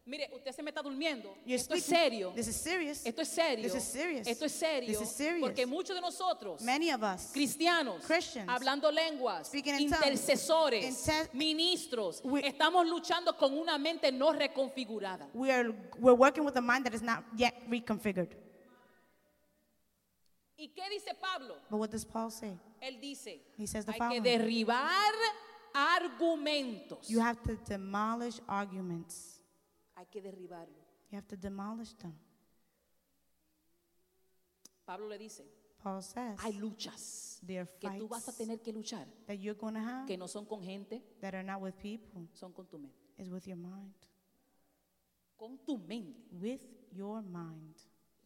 [SPEAKER 2] Mire, usted se me está durmiendo.
[SPEAKER 3] You're
[SPEAKER 2] Esto es
[SPEAKER 3] speaking-
[SPEAKER 2] serio.
[SPEAKER 3] This is serious.
[SPEAKER 2] Esto es serio.
[SPEAKER 3] This is serious.
[SPEAKER 2] Esto es serio.
[SPEAKER 3] This is serious.
[SPEAKER 2] Porque muchos de nosotros
[SPEAKER 3] Many of us.
[SPEAKER 2] cristianos,
[SPEAKER 3] Christians,
[SPEAKER 2] hablando lenguas,
[SPEAKER 3] speaking in tongues,
[SPEAKER 2] intercesores,
[SPEAKER 3] inter-
[SPEAKER 2] ministros,
[SPEAKER 3] We-
[SPEAKER 2] estamos luchando con una mente no reconfigurada.
[SPEAKER 3] We are we're working with a mind that is not yet reconfigured.
[SPEAKER 2] ¿Y qué dice Pablo?
[SPEAKER 3] But what does Paul say?
[SPEAKER 2] Él dice,
[SPEAKER 3] He says the
[SPEAKER 2] hay que
[SPEAKER 3] following.
[SPEAKER 2] derribar argumentos.
[SPEAKER 3] You have to demolish arguments.
[SPEAKER 2] Hay que derribarlo.
[SPEAKER 3] You have to demolish them.
[SPEAKER 2] Pablo le dice,
[SPEAKER 3] Paul says
[SPEAKER 2] hay luchas
[SPEAKER 3] There are
[SPEAKER 2] que tú vas a
[SPEAKER 3] fights
[SPEAKER 2] tener que luchar,
[SPEAKER 3] that you're going to have
[SPEAKER 2] que no son con gente,
[SPEAKER 3] that are not with people,
[SPEAKER 2] son con tu mente.
[SPEAKER 3] is with your mind.
[SPEAKER 2] Con tu mente.
[SPEAKER 3] With your mind.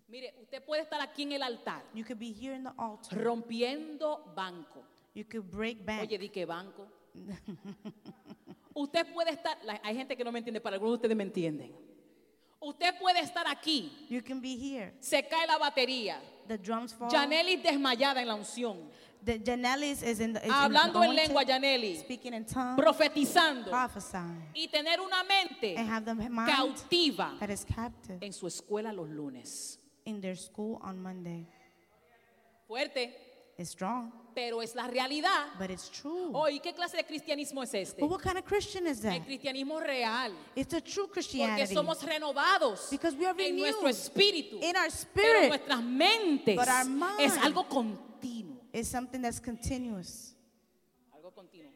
[SPEAKER 2] Mire, usted puede estar aquí en el altar
[SPEAKER 3] You could be here in the altar.
[SPEAKER 2] rompiendo banco.
[SPEAKER 3] You could break bank.
[SPEAKER 2] Oye, di que banco. Usted puede estar, la- hay gente que no me entiende, para algunos de ustedes me entienden. Usted puede estar aquí,
[SPEAKER 3] You can be here.
[SPEAKER 2] se cae la batería,
[SPEAKER 3] The drums fall.
[SPEAKER 2] Janelli desmayada en la unción,
[SPEAKER 3] The Janelis is in the is in the
[SPEAKER 2] hablando en
[SPEAKER 3] anointing,
[SPEAKER 2] lengua Janelli,
[SPEAKER 3] speaking in tongues,
[SPEAKER 2] profetizando
[SPEAKER 3] prophesying,
[SPEAKER 2] y tener una mente
[SPEAKER 3] and have the mind
[SPEAKER 2] cautiva
[SPEAKER 3] that is captive
[SPEAKER 2] en su escuela los lunes.
[SPEAKER 3] in their school on Monday.
[SPEAKER 2] Fuerte,
[SPEAKER 3] It's strong,
[SPEAKER 2] pero es la realidad.
[SPEAKER 3] but it's true.
[SPEAKER 2] Oh, ¿y qué clase de cristianismo es este?
[SPEAKER 3] But what kind of Christian is
[SPEAKER 2] El
[SPEAKER 3] that?
[SPEAKER 2] cristianismo real.
[SPEAKER 3] It's a true
[SPEAKER 2] Porque
[SPEAKER 3] Christianity.
[SPEAKER 2] somos renovados
[SPEAKER 3] Because we are
[SPEAKER 2] en nuestro
[SPEAKER 3] renewed
[SPEAKER 2] espíritu.
[SPEAKER 3] in
[SPEAKER 2] pero
[SPEAKER 3] our spirit.
[SPEAKER 2] nuestras mentes
[SPEAKER 3] But our mind.
[SPEAKER 2] es algo continuo.
[SPEAKER 3] It's something that's continuous.
[SPEAKER 2] Algo continuo.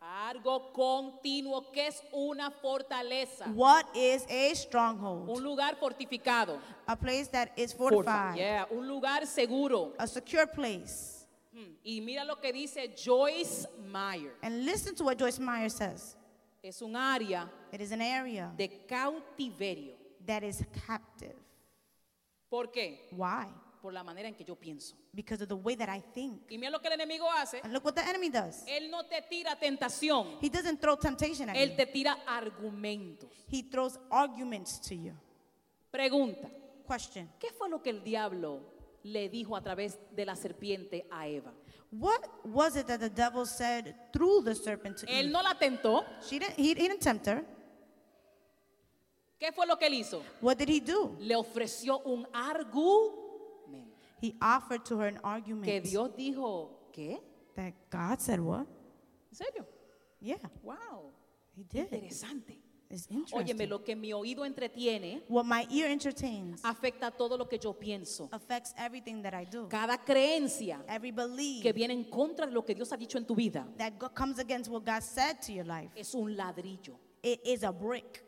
[SPEAKER 2] Algo continuo que es una fortaleza.
[SPEAKER 3] What is a
[SPEAKER 2] Ah. Un
[SPEAKER 3] stronghold?
[SPEAKER 2] lugar fortificado.
[SPEAKER 3] A place that is fortified,
[SPEAKER 2] Yeah, un lugar seguro.
[SPEAKER 3] a secure place.
[SPEAKER 2] Mm, Y mira lo que dice Joyce Meyer.
[SPEAKER 3] And listen to what Joyce Meyer says
[SPEAKER 2] Es un área
[SPEAKER 3] it is an area
[SPEAKER 2] de cautiverio.
[SPEAKER 3] that is captive.
[SPEAKER 2] ¿Por qué?
[SPEAKER 3] Why?
[SPEAKER 2] Por la manera en que yo pienso.
[SPEAKER 3] Because of the way that I think.
[SPEAKER 2] Y mira lo que el enemigo hace.
[SPEAKER 3] And look what the enemy does.
[SPEAKER 2] Él no te tira tentación.
[SPEAKER 3] He doesn't throw temptation at
[SPEAKER 2] Él
[SPEAKER 3] you,
[SPEAKER 2] te tira argumentos.
[SPEAKER 3] he throws arguments to you.
[SPEAKER 2] Pregunta.
[SPEAKER 3] Question
[SPEAKER 2] ¿Qué fue lo que el diablo le dijo a través de la serpiente a Eva?
[SPEAKER 3] What was it that the devil said through the serpent to
[SPEAKER 2] Él
[SPEAKER 3] Eve?
[SPEAKER 2] no la tentó.
[SPEAKER 3] She didn't, he didn't tempt her.
[SPEAKER 2] ¿Qué fue lo que él hizo?
[SPEAKER 3] What did he do?
[SPEAKER 2] Le ofreció un argumento.
[SPEAKER 3] He offered to her an
[SPEAKER 2] Que
[SPEAKER 3] argument
[SPEAKER 2] Dios dijo, ¿qué?
[SPEAKER 3] that God said, What?
[SPEAKER 2] ¿En serio?
[SPEAKER 3] Yeah,
[SPEAKER 2] Wow.
[SPEAKER 3] he did.
[SPEAKER 2] Interesante.
[SPEAKER 3] It's interesting.
[SPEAKER 2] Óyeme, lo que mi oído entretiene
[SPEAKER 3] What my ear entertains
[SPEAKER 2] afecta todo lo que yo pienso.
[SPEAKER 3] affects everything that I do.
[SPEAKER 2] Cada creencia
[SPEAKER 3] Every belief
[SPEAKER 2] que viene en contra de lo que Dios ha dicho en tu vida
[SPEAKER 3] that go- comes against what God said to your life,
[SPEAKER 2] es un ladrillo.
[SPEAKER 3] it is a brick.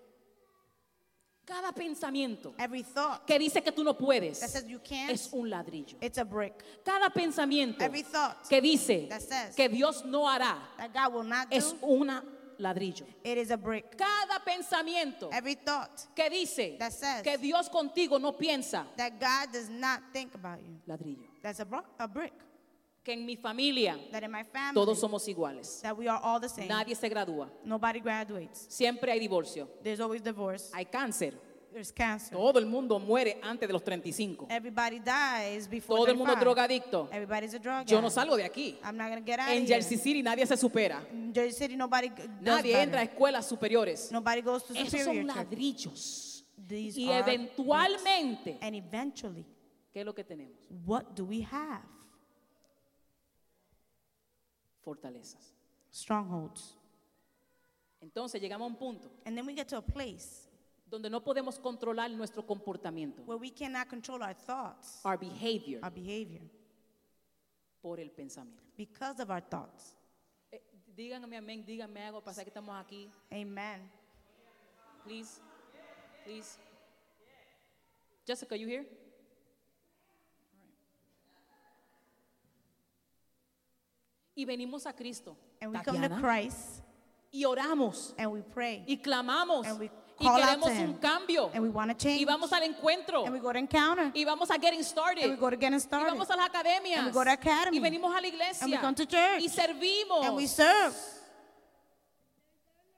[SPEAKER 2] Cada pensamiento
[SPEAKER 3] Every thought
[SPEAKER 2] que dice que tú no puedes
[SPEAKER 3] that says you can't,
[SPEAKER 2] es un ladrillo.
[SPEAKER 3] it's a brick.
[SPEAKER 2] Cada pensamiento
[SPEAKER 3] Every thought
[SPEAKER 2] que dice
[SPEAKER 3] that says
[SPEAKER 2] que Dios no hará
[SPEAKER 3] that God will not
[SPEAKER 2] es
[SPEAKER 3] do,
[SPEAKER 2] una ladrillo.
[SPEAKER 3] it is a brick.
[SPEAKER 2] Cada pensamiento
[SPEAKER 3] Every thought
[SPEAKER 2] que dice
[SPEAKER 3] that says
[SPEAKER 2] que Dios contigo no piensa,
[SPEAKER 3] that God does not think about you,
[SPEAKER 2] ladrillo.
[SPEAKER 3] that's a, bro- a brick.
[SPEAKER 2] Que en mi familia
[SPEAKER 3] That in my family,
[SPEAKER 2] todos somos iguales.
[SPEAKER 3] that we are all the same.
[SPEAKER 2] Nadie se gradúa.
[SPEAKER 3] Nobody graduates.
[SPEAKER 2] Siempre hay divorcio.
[SPEAKER 3] There's always divorce.
[SPEAKER 2] Hay cáncer.
[SPEAKER 3] There's cancer.
[SPEAKER 2] Todo el mundo muere antes de los 35.
[SPEAKER 3] Everybody dies before
[SPEAKER 2] Todo el mundo
[SPEAKER 3] 35.
[SPEAKER 2] drogadicto.
[SPEAKER 3] Everybody's a drug
[SPEAKER 2] Yo no
[SPEAKER 3] addict.
[SPEAKER 2] salgo de aquí.
[SPEAKER 3] I'm not gonna get out
[SPEAKER 2] En
[SPEAKER 3] of here.
[SPEAKER 2] Jersey City nadie se supera.
[SPEAKER 3] In Jersey City, nobody g- does
[SPEAKER 2] Nadie
[SPEAKER 3] better.
[SPEAKER 2] entra a escuelas superiores.
[SPEAKER 3] Nobody goes to
[SPEAKER 2] Esos
[SPEAKER 3] superior
[SPEAKER 2] son
[SPEAKER 3] church.
[SPEAKER 2] ladrillos.
[SPEAKER 3] These
[SPEAKER 2] Y
[SPEAKER 3] are
[SPEAKER 2] eventualmente,
[SPEAKER 3] And eventually,
[SPEAKER 2] ¿qué es lo que tenemos?
[SPEAKER 3] what do we have?
[SPEAKER 2] Fortalezas.
[SPEAKER 3] Strongholds.
[SPEAKER 2] Entonces llegamos a un punto
[SPEAKER 3] And then we get to a place
[SPEAKER 2] donde no podemos controlar nuestro comportamiento,
[SPEAKER 3] where we cannot control our thoughts,
[SPEAKER 2] our behavior,
[SPEAKER 3] our behavior,
[SPEAKER 2] por el pensamiento.
[SPEAKER 3] because of our thoughts.
[SPEAKER 2] Eh, díganme amén, díganme algo, pasa que estamos aquí.
[SPEAKER 3] Amen.
[SPEAKER 2] Please, please. Jessica, you here? Y venimos a Cristo.
[SPEAKER 3] And we come to
[SPEAKER 2] Tatiana,
[SPEAKER 3] Christ
[SPEAKER 2] y oramos
[SPEAKER 3] and we pray
[SPEAKER 2] y clamamos
[SPEAKER 3] And we
[SPEAKER 2] y
[SPEAKER 3] call out
[SPEAKER 2] queremos
[SPEAKER 3] to him.
[SPEAKER 2] un cambio
[SPEAKER 3] and we want to change
[SPEAKER 2] y vamos al encuentro
[SPEAKER 3] and we go to encounter
[SPEAKER 2] y vamos a getting
[SPEAKER 3] and we
[SPEAKER 2] started
[SPEAKER 3] go to getting
[SPEAKER 2] y
[SPEAKER 3] started
[SPEAKER 2] vamos a las academias
[SPEAKER 3] And we go to academy.
[SPEAKER 2] y venimos a la
[SPEAKER 3] And we
[SPEAKER 2] iglesia
[SPEAKER 3] come to church.
[SPEAKER 2] y servimos
[SPEAKER 3] and we serve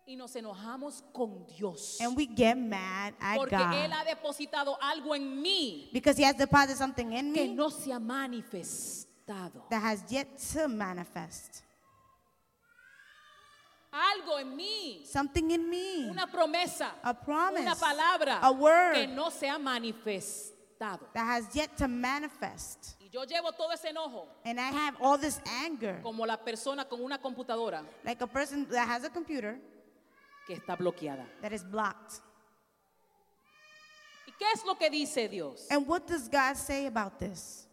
[SPEAKER 2] y nos enojamos con Dios
[SPEAKER 3] and we get mad at
[SPEAKER 2] porque Él
[SPEAKER 3] God
[SPEAKER 2] ha depositado algo en mí
[SPEAKER 3] because He has deposited something in
[SPEAKER 2] que
[SPEAKER 3] me
[SPEAKER 2] no se ha manifestado
[SPEAKER 3] that has yet to manifest.
[SPEAKER 2] algo en mí
[SPEAKER 3] Something in me
[SPEAKER 2] una promesa
[SPEAKER 3] A promise.
[SPEAKER 2] una palabra
[SPEAKER 3] A word.
[SPEAKER 2] que no se ha manifestado
[SPEAKER 3] that has yet to manifest.
[SPEAKER 2] y yo llevo todo ese enojo
[SPEAKER 3] And I have all this anger,
[SPEAKER 2] como la persona con una computadora
[SPEAKER 3] like a person that has a computer
[SPEAKER 2] que está bloqueada.
[SPEAKER 3] that is blocked.
[SPEAKER 2] ¿Y qué es lo que dice Dios?
[SPEAKER 3] And what does God say about this?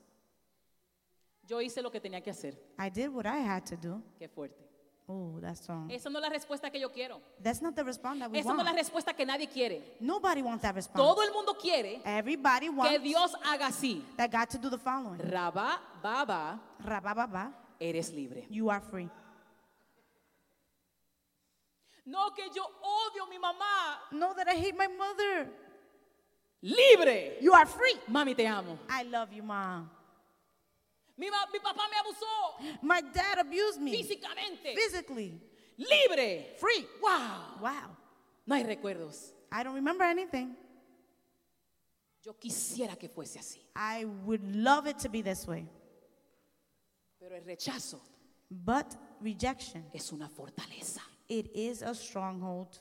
[SPEAKER 2] Yo hice lo que tenía que hacer.
[SPEAKER 3] I did what I had to do.
[SPEAKER 2] Qué fuerte.
[SPEAKER 3] Oh, that song.
[SPEAKER 2] Esa no es la respuesta que yo quiero.
[SPEAKER 3] That's not the response that we
[SPEAKER 2] Esa no es la
[SPEAKER 3] want.
[SPEAKER 2] respuesta que nadie quiere.
[SPEAKER 3] Nobody wants that response.
[SPEAKER 2] Todo el mundo quiere
[SPEAKER 3] Everybody
[SPEAKER 2] que
[SPEAKER 3] wants
[SPEAKER 2] Dios haga así.
[SPEAKER 3] that God to do the following.
[SPEAKER 2] Rabá, baba,
[SPEAKER 3] Rabababa,
[SPEAKER 2] eres libre.
[SPEAKER 3] you are free.
[SPEAKER 2] No, que yo odio a mi mamá.
[SPEAKER 3] Know that I hate my mother.
[SPEAKER 2] Libre.
[SPEAKER 3] You are free.
[SPEAKER 2] Mami, te amo.
[SPEAKER 3] I love you, mom.
[SPEAKER 2] Mi, ma- mi papá me abusó
[SPEAKER 3] My dad abused me
[SPEAKER 2] físicamente.
[SPEAKER 3] physically.
[SPEAKER 2] Libre.
[SPEAKER 3] Free.
[SPEAKER 2] Wow.
[SPEAKER 3] Wow.
[SPEAKER 2] No hay recuerdos.
[SPEAKER 3] I don't remember anything.
[SPEAKER 2] Yo quisiera que fuese así.
[SPEAKER 3] I would love it to be this way.
[SPEAKER 2] Pero el rechazo
[SPEAKER 3] But rejection,
[SPEAKER 2] es una fortaleza.
[SPEAKER 3] it is a stronghold.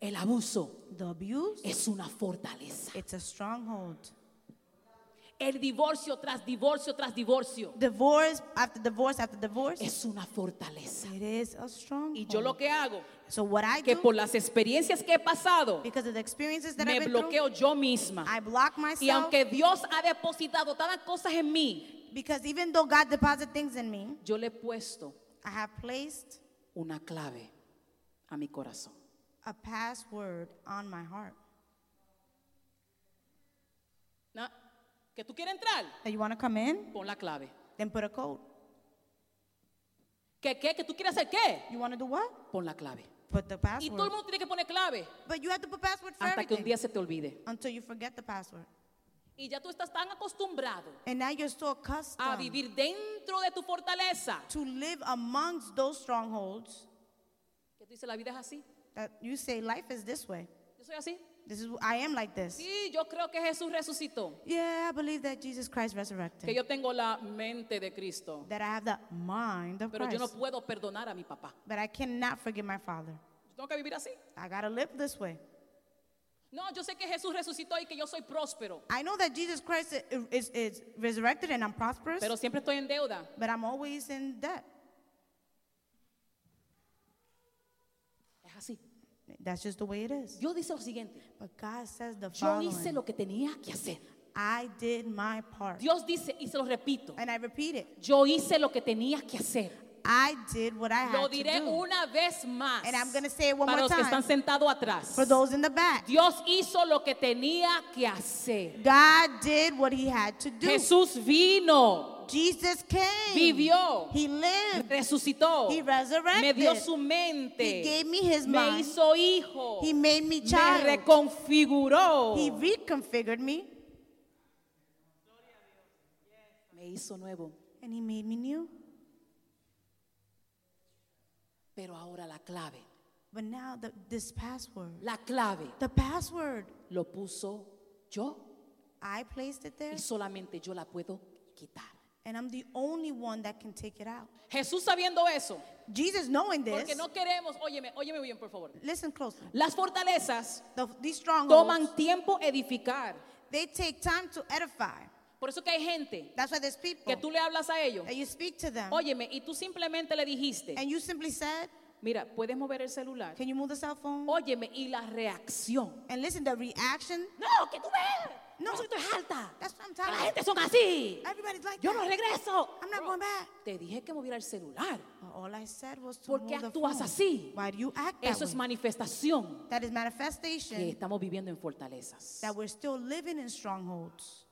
[SPEAKER 2] El abuso
[SPEAKER 3] The abuse,
[SPEAKER 2] es una fortaleza.
[SPEAKER 3] it's a stronghold.
[SPEAKER 2] El divorcio tras divorcio tras divorcio
[SPEAKER 3] Divorce after divorce after divorce.
[SPEAKER 2] es una fortaleza.
[SPEAKER 3] It is a strong.
[SPEAKER 2] Y yo lo que hago,
[SPEAKER 3] so what I
[SPEAKER 2] que
[SPEAKER 3] do
[SPEAKER 2] por las experiencias que he pasado,
[SPEAKER 3] because of the experiences that
[SPEAKER 2] me
[SPEAKER 3] I've been through,
[SPEAKER 2] bloqueo yo misma.
[SPEAKER 3] I block
[SPEAKER 2] Y
[SPEAKER 3] myself
[SPEAKER 2] aunque Dios ha depositado tantas cosas en mí,
[SPEAKER 3] because even though God deposited things in me,
[SPEAKER 2] yo le he puesto
[SPEAKER 3] I have placed
[SPEAKER 2] una clave a mi corazón.
[SPEAKER 3] a password on my heart.
[SPEAKER 2] Na- ¿Que tú quieres entrar?
[SPEAKER 3] That you want to come in,
[SPEAKER 2] Pon la clave.
[SPEAKER 3] then put a code.
[SPEAKER 2] ¿Que, qué, ¿Que tú quieres hacer qué?
[SPEAKER 3] You want to do what?
[SPEAKER 2] Pon la clave.
[SPEAKER 3] Put the
[SPEAKER 2] Y
[SPEAKER 3] password.
[SPEAKER 2] todo el mundo tiene que poner clave
[SPEAKER 3] But you have to put password for
[SPEAKER 2] hasta que un
[SPEAKER 3] everything
[SPEAKER 2] día se te olvide.
[SPEAKER 3] until you forget the password.
[SPEAKER 2] Y ya tú estás tan acostumbrado
[SPEAKER 3] And now you're so
[SPEAKER 2] a
[SPEAKER 3] accustomed
[SPEAKER 2] vivir dentro de tu fortaleza
[SPEAKER 3] to live amongst those strongholds
[SPEAKER 2] que tú dices, la vida es así.
[SPEAKER 3] that you say life is this way.
[SPEAKER 2] Yo soy así.
[SPEAKER 3] This is I am like this.
[SPEAKER 2] Sí, yo creo que Jesús resucitó.
[SPEAKER 3] Yeah, I believe that Jesus Christ
[SPEAKER 2] Que
[SPEAKER 3] resurrected.
[SPEAKER 2] yo tengo la mente de Cristo.
[SPEAKER 3] That I have the mind of
[SPEAKER 2] Pero yo no
[SPEAKER 3] Christ.
[SPEAKER 2] puedo perdonar a mi papá.
[SPEAKER 3] But I cannot forgive my father.
[SPEAKER 2] Yo tengo que vivir así.
[SPEAKER 3] I gotta live this way.
[SPEAKER 2] No, yo sé que Jesús resucitó y que yo soy próspero.
[SPEAKER 3] I know that Jesus Christ i- is, is resurrected and I'm prosperous,
[SPEAKER 2] Pero siempre estoy en deuda.
[SPEAKER 3] but I'm always in debt.
[SPEAKER 2] Es así.
[SPEAKER 3] That's just the way it is.
[SPEAKER 2] Dios dice lo siguiente.
[SPEAKER 3] But God says the
[SPEAKER 2] Yo hice
[SPEAKER 3] following.
[SPEAKER 2] lo que tenía que hacer.
[SPEAKER 3] I did my part.
[SPEAKER 2] Dios dice, y se lo repito,
[SPEAKER 3] And I repeat it.
[SPEAKER 2] yo hice lo que tenía que hacer.
[SPEAKER 3] I did what I
[SPEAKER 2] Lo
[SPEAKER 3] had to
[SPEAKER 2] diré
[SPEAKER 3] do.
[SPEAKER 2] una vez más.
[SPEAKER 3] And I'm gonna say it one
[SPEAKER 2] para
[SPEAKER 3] more
[SPEAKER 2] los que están
[SPEAKER 3] time.
[SPEAKER 2] sentados atrás.
[SPEAKER 3] For those in the back,
[SPEAKER 2] Dios hizo lo que tenía que hacer.
[SPEAKER 3] God did what he had to do.
[SPEAKER 2] Jesús vino,
[SPEAKER 3] Jesus came.
[SPEAKER 2] Vivió.
[SPEAKER 3] He lived.
[SPEAKER 2] resucitó,
[SPEAKER 3] He resurrected.
[SPEAKER 2] me dio su mente,
[SPEAKER 3] He gave me his
[SPEAKER 2] me
[SPEAKER 3] mind.
[SPEAKER 2] hizo hijo,
[SPEAKER 3] He made
[SPEAKER 2] me
[SPEAKER 3] me child.
[SPEAKER 2] reconfiguró,
[SPEAKER 3] He reconfigured me
[SPEAKER 2] me hizo nuevo.
[SPEAKER 3] and he made me new.
[SPEAKER 2] Pero ahora la clave,
[SPEAKER 3] But now the, this password,
[SPEAKER 2] la clave
[SPEAKER 3] the password,
[SPEAKER 2] lo puso yo
[SPEAKER 3] I placed it there
[SPEAKER 2] y solamente yo la puedo quitar.
[SPEAKER 3] and I'm the only one that can take it out.
[SPEAKER 2] Jesús sabiendo eso,
[SPEAKER 3] Jesus knowing
[SPEAKER 2] porque
[SPEAKER 3] this,
[SPEAKER 2] no queremos, óyeme, óyeme bien por favor.
[SPEAKER 3] listen closely.
[SPEAKER 2] Las fortalezas
[SPEAKER 3] The, these strongholds,
[SPEAKER 2] toman tiempo edificar.
[SPEAKER 3] they take time to edify.
[SPEAKER 2] Por eso que hay gente
[SPEAKER 3] That's why there's people
[SPEAKER 2] que tú le hablas a ellos.
[SPEAKER 3] that you speak to them
[SPEAKER 2] Óyeme, y tú simplemente le dijiste,
[SPEAKER 3] and you simply said,
[SPEAKER 2] mira, puedes mover el celular.
[SPEAKER 3] Can you move the cell phone?
[SPEAKER 2] Óyeme, y la reacción.
[SPEAKER 3] And listen, the reaction,
[SPEAKER 2] No, que tú ves.
[SPEAKER 3] No.
[SPEAKER 2] No, soy tú es alta.
[SPEAKER 3] that's what I'm
[SPEAKER 2] Que La
[SPEAKER 3] talking
[SPEAKER 2] gente son así.
[SPEAKER 3] Everybody's like
[SPEAKER 2] Yo
[SPEAKER 3] that.
[SPEAKER 2] no regreso.
[SPEAKER 3] I'm not
[SPEAKER 2] Bro,
[SPEAKER 3] going back.
[SPEAKER 2] Te dije que moviera el celular.
[SPEAKER 3] But all I said was to
[SPEAKER 2] ¿Por
[SPEAKER 3] move
[SPEAKER 2] qué
[SPEAKER 3] the
[SPEAKER 2] actúas
[SPEAKER 3] phone.
[SPEAKER 2] así?
[SPEAKER 3] Why do you act that
[SPEAKER 2] Eso es
[SPEAKER 3] way?
[SPEAKER 2] manifestación
[SPEAKER 3] That is
[SPEAKER 2] que
[SPEAKER 3] manifestation
[SPEAKER 2] estamos viviendo en fortalezas.
[SPEAKER 3] that we're still living in strongholds.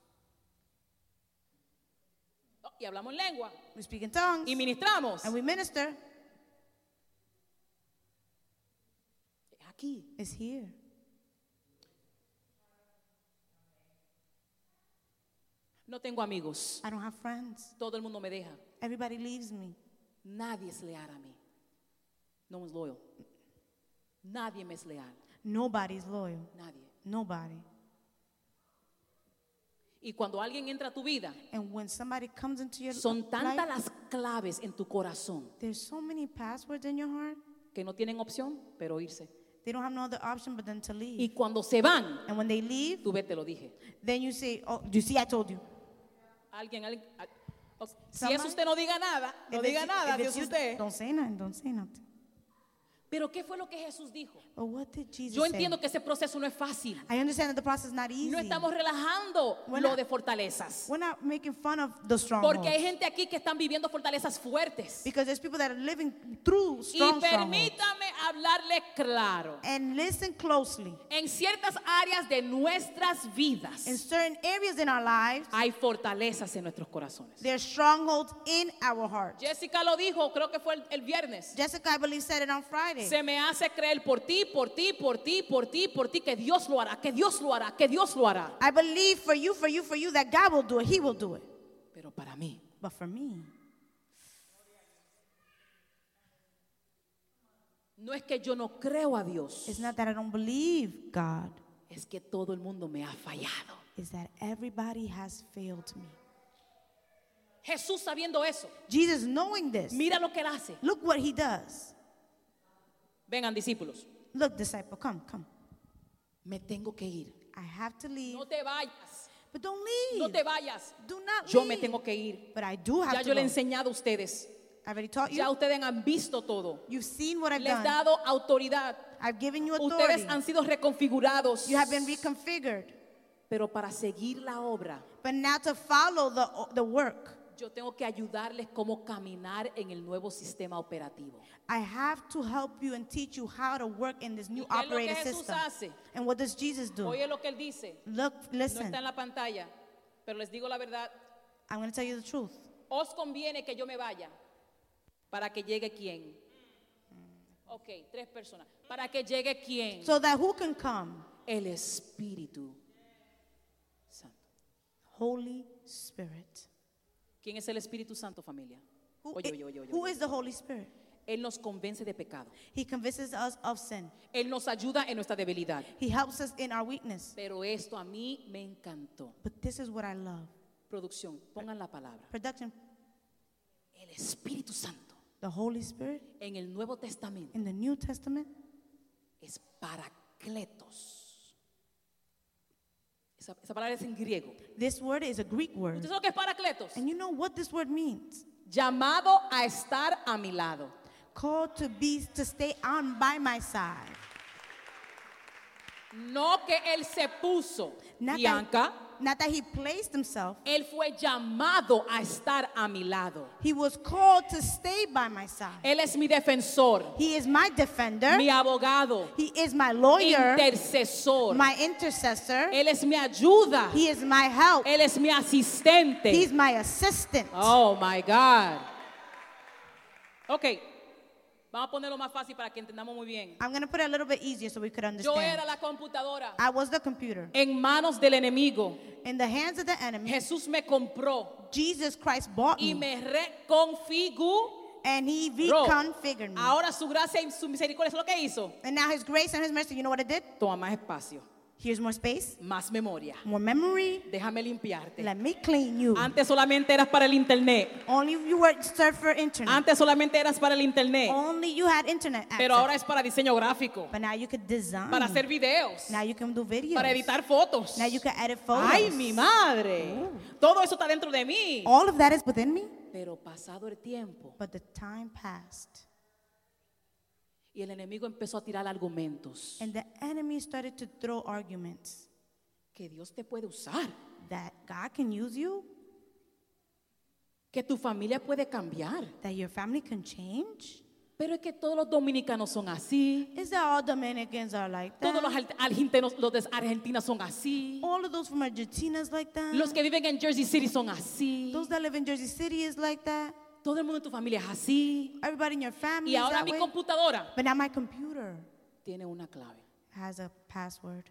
[SPEAKER 2] Oh, Y hablamos en lengua.
[SPEAKER 3] We speak in tongues
[SPEAKER 2] Y ministramos.
[SPEAKER 3] and we minister.
[SPEAKER 2] Es Eh, Aquí.
[SPEAKER 3] It's here.
[SPEAKER 2] No tengo amigos.
[SPEAKER 3] I don't have friends.
[SPEAKER 2] Todo el mundo me deja.
[SPEAKER 3] Everybody leaves me.
[SPEAKER 2] Nadie es leal a mí. No one's loyal. Nadie me es leal.
[SPEAKER 3] Nobody's loyal.
[SPEAKER 2] Nadie.
[SPEAKER 3] Nobody.
[SPEAKER 2] Y cuando alguien entra a tu vida,
[SPEAKER 3] And when somebody comes into your
[SPEAKER 2] son tantas
[SPEAKER 3] life,
[SPEAKER 2] las claves en tu corazón
[SPEAKER 3] there's so many passwords in your heart.
[SPEAKER 2] que no tienen opción pero irse.
[SPEAKER 3] They don't have no other option but then to leave.
[SPEAKER 2] Y cuando se van,
[SPEAKER 3] and when they leave,
[SPEAKER 2] tú ves, te lo dije.
[SPEAKER 3] then you say, "Oh, you see, I told you."
[SPEAKER 2] Alguien, alguien- al- o- si
[SPEAKER 3] Somebody-
[SPEAKER 2] eso usted no diga nada, no
[SPEAKER 3] If
[SPEAKER 2] diga
[SPEAKER 3] it's-
[SPEAKER 2] nada,
[SPEAKER 3] if
[SPEAKER 2] Dios
[SPEAKER 3] it's you,
[SPEAKER 2] usted.
[SPEAKER 3] Don't say nothing. Don't say nothing.
[SPEAKER 2] Pero ¿qué fue lo que Jesús dijo?
[SPEAKER 3] But what did Jesus
[SPEAKER 2] Yo
[SPEAKER 3] say?
[SPEAKER 2] entiendo que ese proceso no es fácil.
[SPEAKER 3] I understand that the process is not easy.
[SPEAKER 2] No estamos relajando
[SPEAKER 3] Bueno.
[SPEAKER 2] lo de fortalezas.
[SPEAKER 3] We're not making fun of the strongholds.
[SPEAKER 2] Porque hay gente aquí que están viviendo fortalezas fuertes.
[SPEAKER 3] Because there's people that are living through
[SPEAKER 2] Y
[SPEAKER 3] strong strongholds.
[SPEAKER 2] permítame hablarle claro.
[SPEAKER 3] And listen closely.
[SPEAKER 2] En ciertas áreas de nuestras
[SPEAKER 3] In
[SPEAKER 2] vidas
[SPEAKER 3] certain areas in our lives,
[SPEAKER 2] hay fortalezas en nuestros corazones.
[SPEAKER 3] there's strongholds in our heart.
[SPEAKER 2] Jessica lo dijo, creo que fue el, el viernes.
[SPEAKER 3] Jessica, I believe, said it on Friday.
[SPEAKER 2] Se me hace creer por ti, por ti, por ti, por ti, por ti, que Dios lo hará, que Dios lo hará, que Dios lo hará.
[SPEAKER 3] I believe for you, for you, for you that God will do it. He will do it.
[SPEAKER 2] Pero para mí,
[SPEAKER 3] But for me,
[SPEAKER 2] no es que yo no creo a Dios,
[SPEAKER 3] it's not that I don't believe God,
[SPEAKER 2] es que todo el mundo me ha fallado.
[SPEAKER 3] it's that everybody has failed me.
[SPEAKER 2] Jesús sabiendo eso,
[SPEAKER 3] Jesus, knowing this,
[SPEAKER 2] mira lo que él hace.
[SPEAKER 3] look what he does.
[SPEAKER 2] Vengan discípulos,
[SPEAKER 3] Look, disciple, come, come.
[SPEAKER 2] me tengo que ir.
[SPEAKER 3] I have to leave,
[SPEAKER 2] No te vayas.
[SPEAKER 3] But don't leave.
[SPEAKER 2] No te vayas.
[SPEAKER 3] Do not
[SPEAKER 2] Yo
[SPEAKER 3] leave.
[SPEAKER 2] me tengo que ir.
[SPEAKER 3] But I do have
[SPEAKER 2] Ya
[SPEAKER 3] to
[SPEAKER 2] yo le he
[SPEAKER 3] go.
[SPEAKER 2] enseñado a ustedes.
[SPEAKER 3] I already taught you.
[SPEAKER 2] Ya ustedes han visto todo.
[SPEAKER 3] You've seen what I've
[SPEAKER 2] Les he
[SPEAKER 3] done.
[SPEAKER 2] dado autoridad.
[SPEAKER 3] I've given you authority.
[SPEAKER 2] Ustedes han sido reconfigurados.
[SPEAKER 3] you have been reconfigured.
[SPEAKER 2] Pero para seguir la obra,
[SPEAKER 3] But now to follow the, the work,
[SPEAKER 2] yo tengo que ayudarles cómo caminar en el nuevo sistema operativo.
[SPEAKER 3] I have to help you and teach you how to work in this new
[SPEAKER 2] ¿Y qué es lo que
[SPEAKER 3] operating
[SPEAKER 2] Jesús
[SPEAKER 3] system.
[SPEAKER 2] hace?
[SPEAKER 3] And what does Jesus do?
[SPEAKER 2] Oye lo que él dice.
[SPEAKER 3] Look,
[SPEAKER 2] No
[SPEAKER 3] listen.
[SPEAKER 2] está en la pantalla, pero les digo la verdad.
[SPEAKER 3] I'm going to tell you the truth.
[SPEAKER 2] Os conviene que yo me vaya para que llegue quién. Ok, tres personas. Para que llegue quién.
[SPEAKER 3] So that who can come?
[SPEAKER 2] el Espíritu Santo.
[SPEAKER 3] Holy Spirit.
[SPEAKER 2] ¿Quién es el Espíritu Santo, familia?
[SPEAKER 3] Who,
[SPEAKER 2] Oye,
[SPEAKER 3] i-
[SPEAKER 2] oye, oye, oye,
[SPEAKER 3] who
[SPEAKER 2] oye.
[SPEAKER 3] is the Holy Spirit?
[SPEAKER 2] Él nos convence de pecado.
[SPEAKER 3] He convinces us of sin.
[SPEAKER 2] Él nos ayuda en nuestra debilidad.
[SPEAKER 3] He helps us in our weakness.
[SPEAKER 2] Pero esto a mí me encantó.
[SPEAKER 3] But this is what I love.
[SPEAKER 2] Producción, pongan la palabra.
[SPEAKER 3] Production,
[SPEAKER 2] El Espíritu Santo
[SPEAKER 3] the Holy Spirit
[SPEAKER 2] en el Nuevo Testamento
[SPEAKER 3] in the New Testament
[SPEAKER 2] es paracletos. Esa, esa palabra es en griego.
[SPEAKER 3] This word is a Greek
[SPEAKER 2] ¿Usted
[SPEAKER 3] word.
[SPEAKER 2] sabe lo que es paracletos?
[SPEAKER 3] And you know what this word means?
[SPEAKER 2] Llamado a estar a mi lado.
[SPEAKER 3] Called to be to stay on by my side.
[SPEAKER 2] No que él se puso.
[SPEAKER 3] Not
[SPEAKER 2] Bianca,
[SPEAKER 3] that, not that he placed himself.
[SPEAKER 2] él fue llamado a estar a mi lado.
[SPEAKER 3] He was called to stay by my side.
[SPEAKER 2] Él es mi defensor,
[SPEAKER 3] He is my defender.
[SPEAKER 2] mi abogado,
[SPEAKER 3] He is my lawyer,
[SPEAKER 2] intercesor.
[SPEAKER 3] my intercessor.
[SPEAKER 2] Él es mi ayuda.
[SPEAKER 3] He is my help.
[SPEAKER 2] Él es mi asistente.
[SPEAKER 3] He's my assistant.
[SPEAKER 2] Oh my God. Ok, vamos a ponerlo más fácil para que entendamos muy bien.
[SPEAKER 3] I'm going to put it a little bit easier so we could
[SPEAKER 2] Yo era
[SPEAKER 3] understand.
[SPEAKER 2] la computadora
[SPEAKER 3] I was the computer
[SPEAKER 2] en manos del enemigo.
[SPEAKER 3] in the hands of the enemy.
[SPEAKER 2] Jesús me compró
[SPEAKER 3] Jesus Christ bought
[SPEAKER 2] y
[SPEAKER 3] me
[SPEAKER 2] me reconfiguró.
[SPEAKER 3] and he reconfigured me.
[SPEAKER 2] Ahora su gracia y su misericordia es lo que hizo.
[SPEAKER 3] And now his grace and his mercy, you know what it did?
[SPEAKER 2] Toma más espacio,
[SPEAKER 3] Here's more space,
[SPEAKER 2] más memoria.
[SPEAKER 3] more memory.
[SPEAKER 2] Déjame limpiarte.
[SPEAKER 3] Let me clean you.
[SPEAKER 2] Antes solamente eras para el internet.
[SPEAKER 3] Only you were served for internet.
[SPEAKER 2] Antes solamente eras para el internet.
[SPEAKER 3] Only you had internet access.
[SPEAKER 2] Pero ahora es para diseño gráfico,
[SPEAKER 3] but now you could design.
[SPEAKER 2] para hacer videos,
[SPEAKER 3] now you can do videos.
[SPEAKER 2] para editar fotos.
[SPEAKER 3] Now you can edit photos. Oh.
[SPEAKER 2] Ay, mi madre. Todo eso está dentro de mí.
[SPEAKER 3] All of that is within me.
[SPEAKER 2] Pero pasado el tiempo
[SPEAKER 3] But the time passed,
[SPEAKER 2] y el enemigo empezó a tirar argumentos
[SPEAKER 3] and the enemy started to throw arguments
[SPEAKER 2] que Dios te puede usar,
[SPEAKER 3] that God can use you,
[SPEAKER 2] que tu familia puede cambiar.
[SPEAKER 3] that your family can change.
[SPEAKER 2] Pero es que todos los dominicanos son así.
[SPEAKER 3] Is that all Dominicans are like that?
[SPEAKER 2] Todos los al- argentinos, los de Argentina son así.
[SPEAKER 3] all of those from Argentina is like that.
[SPEAKER 2] Los que viven en Jersey City son así.
[SPEAKER 3] those that live in Jersey City is like that.
[SPEAKER 2] Todo el mundo en tu familia es así.
[SPEAKER 3] Everybody in your family
[SPEAKER 2] Y
[SPEAKER 3] is
[SPEAKER 2] ahora
[SPEAKER 3] that
[SPEAKER 2] mi
[SPEAKER 3] way.
[SPEAKER 2] computadora
[SPEAKER 3] But now my computer
[SPEAKER 2] tiene una clave.
[SPEAKER 3] has a password.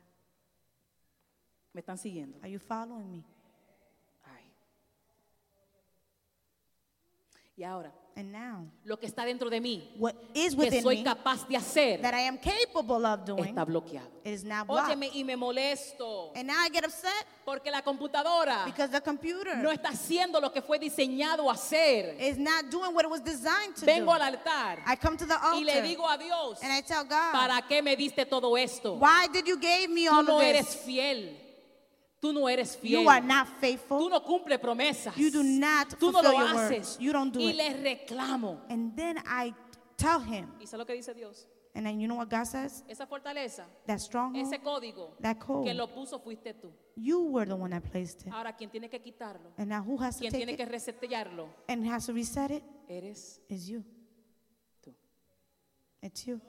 [SPEAKER 2] ¿Me están siguiendo?
[SPEAKER 3] Are you following me?
[SPEAKER 2] Ay. Y ahora,
[SPEAKER 3] And now,
[SPEAKER 2] lo que está dentro de mí,
[SPEAKER 3] what is
[SPEAKER 2] que
[SPEAKER 3] within
[SPEAKER 2] soy
[SPEAKER 3] me
[SPEAKER 2] capaz de hacer,
[SPEAKER 3] that I am capable of doing
[SPEAKER 2] está bloqueado.
[SPEAKER 3] it is now blocked.
[SPEAKER 2] Óyeme, y me molesto,
[SPEAKER 3] And now I get upset
[SPEAKER 2] porque la computadora
[SPEAKER 3] because the computer
[SPEAKER 2] Ah. no está haciendo lo que fue diseñado hacer.
[SPEAKER 3] is not doing what it was designed to do.
[SPEAKER 2] Vengo al altar
[SPEAKER 3] I come to the altar
[SPEAKER 2] y le digo a Dios,
[SPEAKER 3] and I tell God,
[SPEAKER 2] ¿para qué me diste todo esto?
[SPEAKER 3] why did you give me
[SPEAKER 2] Tú
[SPEAKER 3] all
[SPEAKER 2] no
[SPEAKER 3] of
[SPEAKER 2] eres
[SPEAKER 3] this?
[SPEAKER 2] fiel. Tú no eres fiel.
[SPEAKER 3] You are not
[SPEAKER 2] Tú
[SPEAKER 3] faithful.
[SPEAKER 2] no cumples promesas.
[SPEAKER 3] You do not
[SPEAKER 2] Tú no lo
[SPEAKER 3] fulfill your
[SPEAKER 2] haces.
[SPEAKER 3] words. You don't do
[SPEAKER 2] y
[SPEAKER 3] it.
[SPEAKER 2] le reclamo.
[SPEAKER 3] And then I tell him.
[SPEAKER 2] ¿Y sabes lo que dice Dios?
[SPEAKER 3] And then you know what God says?
[SPEAKER 2] Esa fortaleza,
[SPEAKER 3] That stronghold,
[SPEAKER 2] ese código
[SPEAKER 3] that code,
[SPEAKER 2] que lo puso fuiste tú.
[SPEAKER 3] you were the one that placed it.
[SPEAKER 2] Ahora, quien tiene que quitarlo,
[SPEAKER 3] And now who has to
[SPEAKER 2] Ah. quien
[SPEAKER 3] take
[SPEAKER 2] tiene que
[SPEAKER 3] it
[SPEAKER 2] resetearlo,
[SPEAKER 3] and has to reset it
[SPEAKER 2] eres
[SPEAKER 3] is you.
[SPEAKER 2] tú.
[SPEAKER 3] It's you.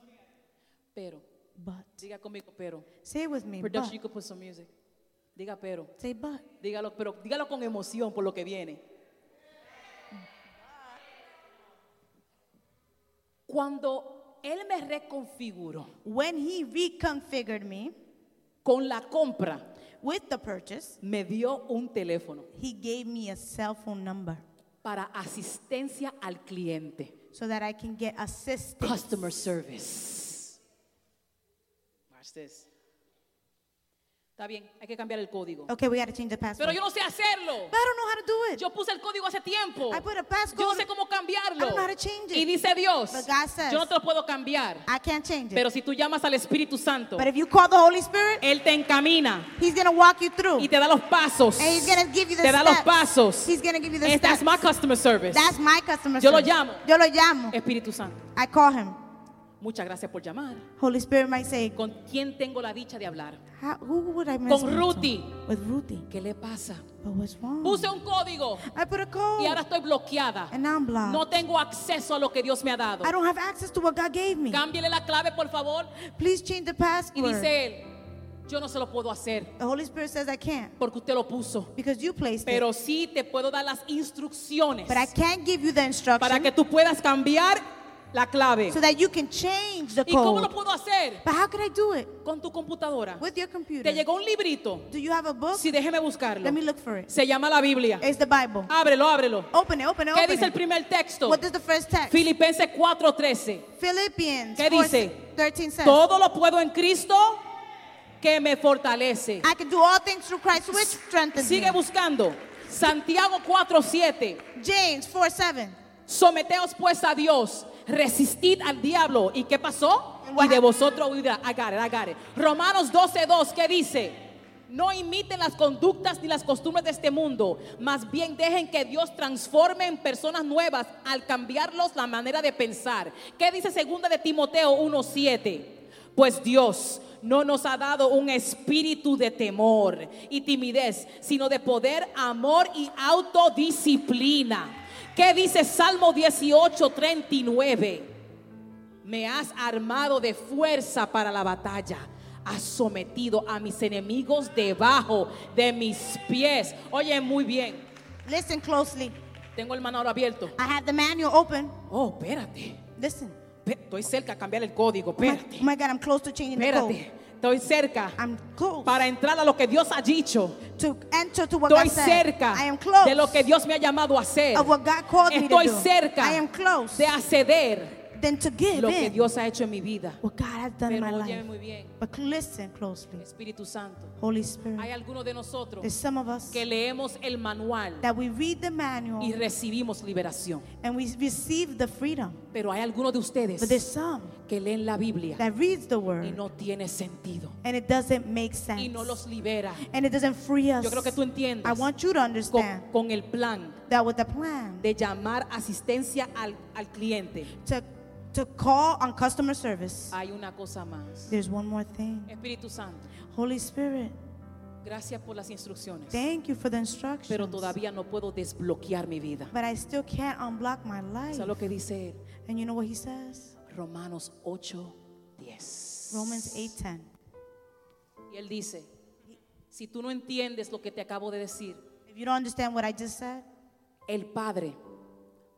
[SPEAKER 2] Pero,
[SPEAKER 3] But
[SPEAKER 2] diga conmigo, pero.
[SPEAKER 3] say it with me. But.
[SPEAKER 2] Production, you could put some music. Diga pero.
[SPEAKER 3] Say but.
[SPEAKER 2] Dígalo, pero dígalo con emoción por lo que viene. Cuando él me reconfiguró
[SPEAKER 3] When he reconfigured me
[SPEAKER 2] con la compra,
[SPEAKER 3] with the purchase,
[SPEAKER 2] me dio un teléfono
[SPEAKER 3] he gave me a cell phone number
[SPEAKER 2] para asistencia al cliente,
[SPEAKER 3] so that I can get assistance.
[SPEAKER 2] customer service. Watch this. Está bien, hay que cambiar el código.
[SPEAKER 3] Okay, we got to change the password.
[SPEAKER 2] Pero yo no sé hacerlo.
[SPEAKER 3] but I don't know how to do it.
[SPEAKER 2] Yo puse el código hace tiempo.
[SPEAKER 3] I put a passcode.
[SPEAKER 2] Yo no sé cómo cambiarlo.
[SPEAKER 3] I don't know how to change it.
[SPEAKER 2] Y dice Dios,
[SPEAKER 3] But God says-
[SPEAKER 2] yo no te lo puedo cambiar.
[SPEAKER 3] I can't change it.
[SPEAKER 2] Pero si tú llamas al Espíritu Santo,
[SPEAKER 3] but if you call the Holy Spirit,
[SPEAKER 2] Él te encamina
[SPEAKER 3] He's going to walk you through.
[SPEAKER 2] y te da los pasos.
[SPEAKER 3] and He's going to give you the
[SPEAKER 2] te da los
[SPEAKER 3] steps.
[SPEAKER 2] pasos.
[SPEAKER 3] He's going to give you the
[SPEAKER 2] Es-
[SPEAKER 3] steps.
[SPEAKER 2] That's my customer service.
[SPEAKER 3] That's my customer
[SPEAKER 2] Yo lo
[SPEAKER 3] service.
[SPEAKER 2] llamo. Eh,
[SPEAKER 3] Yo lo llamo.
[SPEAKER 2] Espíritu Santo,
[SPEAKER 3] I call him.
[SPEAKER 2] muchas gracias por llamar.
[SPEAKER 3] Holy Spirit might say,
[SPEAKER 2] ¿Con quién tengo la dicha de hablar?
[SPEAKER 3] How, who would I miss?
[SPEAKER 2] Con Ruti.
[SPEAKER 3] With Ruthie.
[SPEAKER 2] ¿Qué le pasa?
[SPEAKER 3] But what's wrong?
[SPEAKER 2] Puse un código
[SPEAKER 3] I put a code.
[SPEAKER 2] y ahora estoy bloqueada.
[SPEAKER 3] and now I'm blocked.
[SPEAKER 2] No tengo acceso a lo que Dios me ha dado.
[SPEAKER 3] I don't have access to what God gave me.
[SPEAKER 2] Cámbiele la clave, por favor.
[SPEAKER 3] Please change the
[SPEAKER 2] Y
[SPEAKER 3] password.
[SPEAKER 2] dice él, yo no se lo puedo hacer
[SPEAKER 3] the Holy Spirit says I can't
[SPEAKER 2] porque usted lo puso.
[SPEAKER 3] because you placed
[SPEAKER 2] Pero
[SPEAKER 3] it.
[SPEAKER 2] sí te puedo dar las instrucciones
[SPEAKER 3] But I can't give you the instruction
[SPEAKER 2] para que tú puedas cambiar la clave.
[SPEAKER 3] so that you can change the
[SPEAKER 2] ¿Y cómo
[SPEAKER 3] code.
[SPEAKER 2] lo puedo hacer?
[SPEAKER 3] but how can I do it?
[SPEAKER 2] Con tu computadora.
[SPEAKER 3] With your computer.
[SPEAKER 2] Te llegó un librito.
[SPEAKER 3] do you have a book?
[SPEAKER 2] Sí, déjeme buscarlo.
[SPEAKER 3] Let me look for it.
[SPEAKER 2] Se llama la Biblia.
[SPEAKER 3] It's the Bible.
[SPEAKER 2] Ábrelo, ábrelo.
[SPEAKER 3] Open it, open it,
[SPEAKER 2] Ah. ¿Qué
[SPEAKER 3] open
[SPEAKER 2] dice el
[SPEAKER 3] it.
[SPEAKER 2] primer texto?
[SPEAKER 3] What is the first text?
[SPEAKER 2] Filipenses 4:13.
[SPEAKER 3] Philippians
[SPEAKER 2] ¿Qué
[SPEAKER 3] 4,
[SPEAKER 2] dice?
[SPEAKER 3] 13 says,
[SPEAKER 2] Todo lo puedo en Cristo que me fortalece.
[SPEAKER 3] I can do all things through Christ which strengthens
[SPEAKER 2] Sigue
[SPEAKER 3] me.
[SPEAKER 2] buscando. Santiago 4:7.
[SPEAKER 3] James 4 7.
[SPEAKER 2] Someteos pues a Dios, resistid al diablo. ¿Y qué pasó? Y de vosotros huirá. Agare, agare. Romanos 12:2, ¿qué dice? No imiten las conductas ni las costumbres de este mundo, más bien dejen que Dios transforme en personas nuevas al cambiarlos la manera de pensar. ¿Qué dice segunda de Timoteo 1:7? Pues Dios no nos ha dado un espíritu de temor y timidez, sino de poder, amor y autodisciplina. ¿Qué dice Salmo 18, 39? Me has armado de fuerza para la batalla. Has sometido a mis enemigos debajo de mis pies. Oye, muy bien.
[SPEAKER 3] Listen closely.
[SPEAKER 2] Tengo el manual abierto.
[SPEAKER 3] I have the manual open.
[SPEAKER 2] Oh, espérate.
[SPEAKER 3] Listen.
[SPEAKER 2] Pe- Estoy cerca a cambiar el código.
[SPEAKER 3] My,
[SPEAKER 2] Espérate.
[SPEAKER 3] my God, I'm close to changing the code.
[SPEAKER 2] Espérate. Estoy cerca.
[SPEAKER 3] I'm close
[SPEAKER 2] para entrar a lo que Dios ha dicho.
[SPEAKER 3] to enter to what
[SPEAKER 2] Estoy
[SPEAKER 3] God said.
[SPEAKER 2] cerca
[SPEAKER 3] I am close
[SPEAKER 2] de lo que Dios me ha llamado a hacer.
[SPEAKER 3] of what God called me to
[SPEAKER 2] Estoy
[SPEAKER 3] do.
[SPEAKER 2] cerca
[SPEAKER 3] I am close
[SPEAKER 2] de acceder
[SPEAKER 3] than to give
[SPEAKER 2] lo que
[SPEAKER 3] in
[SPEAKER 2] Dios ha hecho en mi vida.
[SPEAKER 3] what God has done in
[SPEAKER 2] Pero
[SPEAKER 3] my
[SPEAKER 2] óyeme
[SPEAKER 3] life.
[SPEAKER 2] muy bien,
[SPEAKER 3] But listen closely.
[SPEAKER 2] Espíritu Santo.
[SPEAKER 3] Holy Spirit,
[SPEAKER 2] Hay algunos de
[SPEAKER 3] there's
[SPEAKER 2] nosotros
[SPEAKER 3] some of us
[SPEAKER 2] que leemos el manual
[SPEAKER 3] that we read the manual
[SPEAKER 2] y recibimos liberación.
[SPEAKER 3] and we receive the freedom.
[SPEAKER 2] Pero hay algunos de
[SPEAKER 3] But there's
[SPEAKER 2] ustedes
[SPEAKER 3] some
[SPEAKER 2] que leen la Biblia
[SPEAKER 3] that reads the word
[SPEAKER 2] y no tiene sentido
[SPEAKER 3] and it doesn't make sense.
[SPEAKER 2] y no los libera.
[SPEAKER 3] and it doesn't free us.
[SPEAKER 2] Yo creo que tú
[SPEAKER 3] I
[SPEAKER 2] entiendes
[SPEAKER 3] want you to understand
[SPEAKER 2] con, con el plan
[SPEAKER 3] that with the plan
[SPEAKER 2] de llamar asistencia al, al cliente.
[SPEAKER 3] to, to call on customer service,
[SPEAKER 2] Hay una cosa más.
[SPEAKER 3] there's one more thing.
[SPEAKER 2] Espíritu Santo,
[SPEAKER 3] Holy Spirit,
[SPEAKER 2] gracias por las instrucciones,
[SPEAKER 3] thank you for the instructions.
[SPEAKER 2] pero todavía no puedo desbloquear mi vida.
[SPEAKER 3] but I still can't unblock my life.
[SPEAKER 2] Eso es lo que dice él.
[SPEAKER 3] and you know what he says?
[SPEAKER 2] Romanos 8:10.
[SPEAKER 3] Romans 8:10.
[SPEAKER 2] Y él dice, si tú no entiendes lo que te acabo de decir,
[SPEAKER 3] If you don't understand what I just said,
[SPEAKER 2] el Padre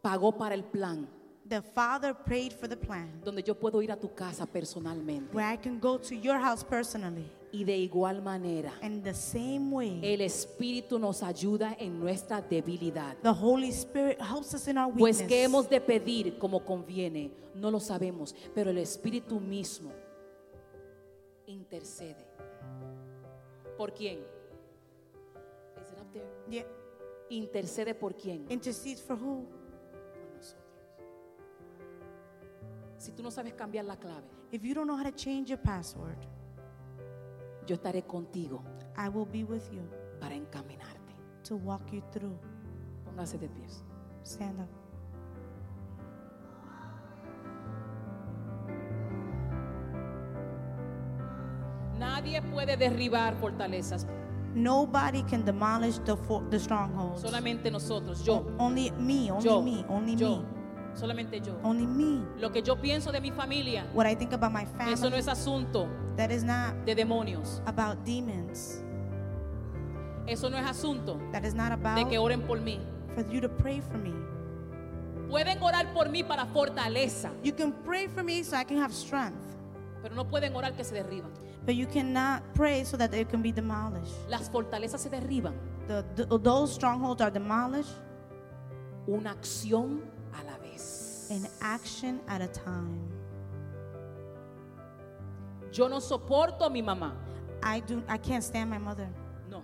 [SPEAKER 2] pagó para el plan
[SPEAKER 3] the Father prayed for the plan
[SPEAKER 2] donde yo puedo ir a tu casa personalmente.
[SPEAKER 3] where I can go to your house personally.
[SPEAKER 2] Y de igual manera,
[SPEAKER 3] And the same way,
[SPEAKER 2] el Espíritu nos ayuda en nuestra debilidad.
[SPEAKER 3] the Holy Spirit helps us in our weakness.
[SPEAKER 2] Eh- Pues que hemos de pedir como conviene, no lo sabemos, pero el Espíritu mismo intercede. ¿Por quién? Is it up there?
[SPEAKER 3] Yeah.
[SPEAKER 2] Intercede por quién?
[SPEAKER 3] Intercedes for who?
[SPEAKER 2] Si tú no sabes cambiar la clave,
[SPEAKER 3] If you don't know how to change your password,
[SPEAKER 2] yo estaré contigo
[SPEAKER 3] I will be with you
[SPEAKER 2] para encaminarte.
[SPEAKER 3] to walk you through.
[SPEAKER 2] Póngase de pies.
[SPEAKER 3] Stand up.
[SPEAKER 2] Nadie puede derribar fortalezas,
[SPEAKER 3] Nobody can demolish the fo- the strongholds.
[SPEAKER 2] solamente nosotros, yo,
[SPEAKER 3] O- only me, only
[SPEAKER 2] yo,
[SPEAKER 3] me, only
[SPEAKER 2] yo,
[SPEAKER 3] me,
[SPEAKER 2] solamente yo.
[SPEAKER 3] only me.
[SPEAKER 2] Lo que yo pienso de mi familia,
[SPEAKER 3] What I think about my
[SPEAKER 2] eso
[SPEAKER 3] family,
[SPEAKER 2] no es asunto
[SPEAKER 3] that is not
[SPEAKER 2] de demonios.
[SPEAKER 3] about demons.
[SPEAKER 2] Eso no es asunto
[SPEAKER 3] That is not
[SPEAKER 2] de
[SPEAKER 3] about
[SPEAKER 2] que oren por mí.
[SPEAKER 3] for you to pray for me.
[SPEAKER 2] Pueden orar por mí para fortaleza,
[SPEAKER 3] You can pray for me so I can have strength,
[SPEAKER 2] pero no pueden orar que se derriban.
[SPEAKER 3] but you cannot pray so that it can be demolished.
[SPEAKER 2] Las fortalezas se derriban
[SPEAKER 3] The, the- those strongholds are demolished
[SPEAKER 2] una acción a la vez.
[SPEAKER 3] in action at a time.
[SPEAKER 2] Yo no soporto a mi mamá.
[SPEAKER 3] I do I can't stand my mother.
[SPEAKER 2] No.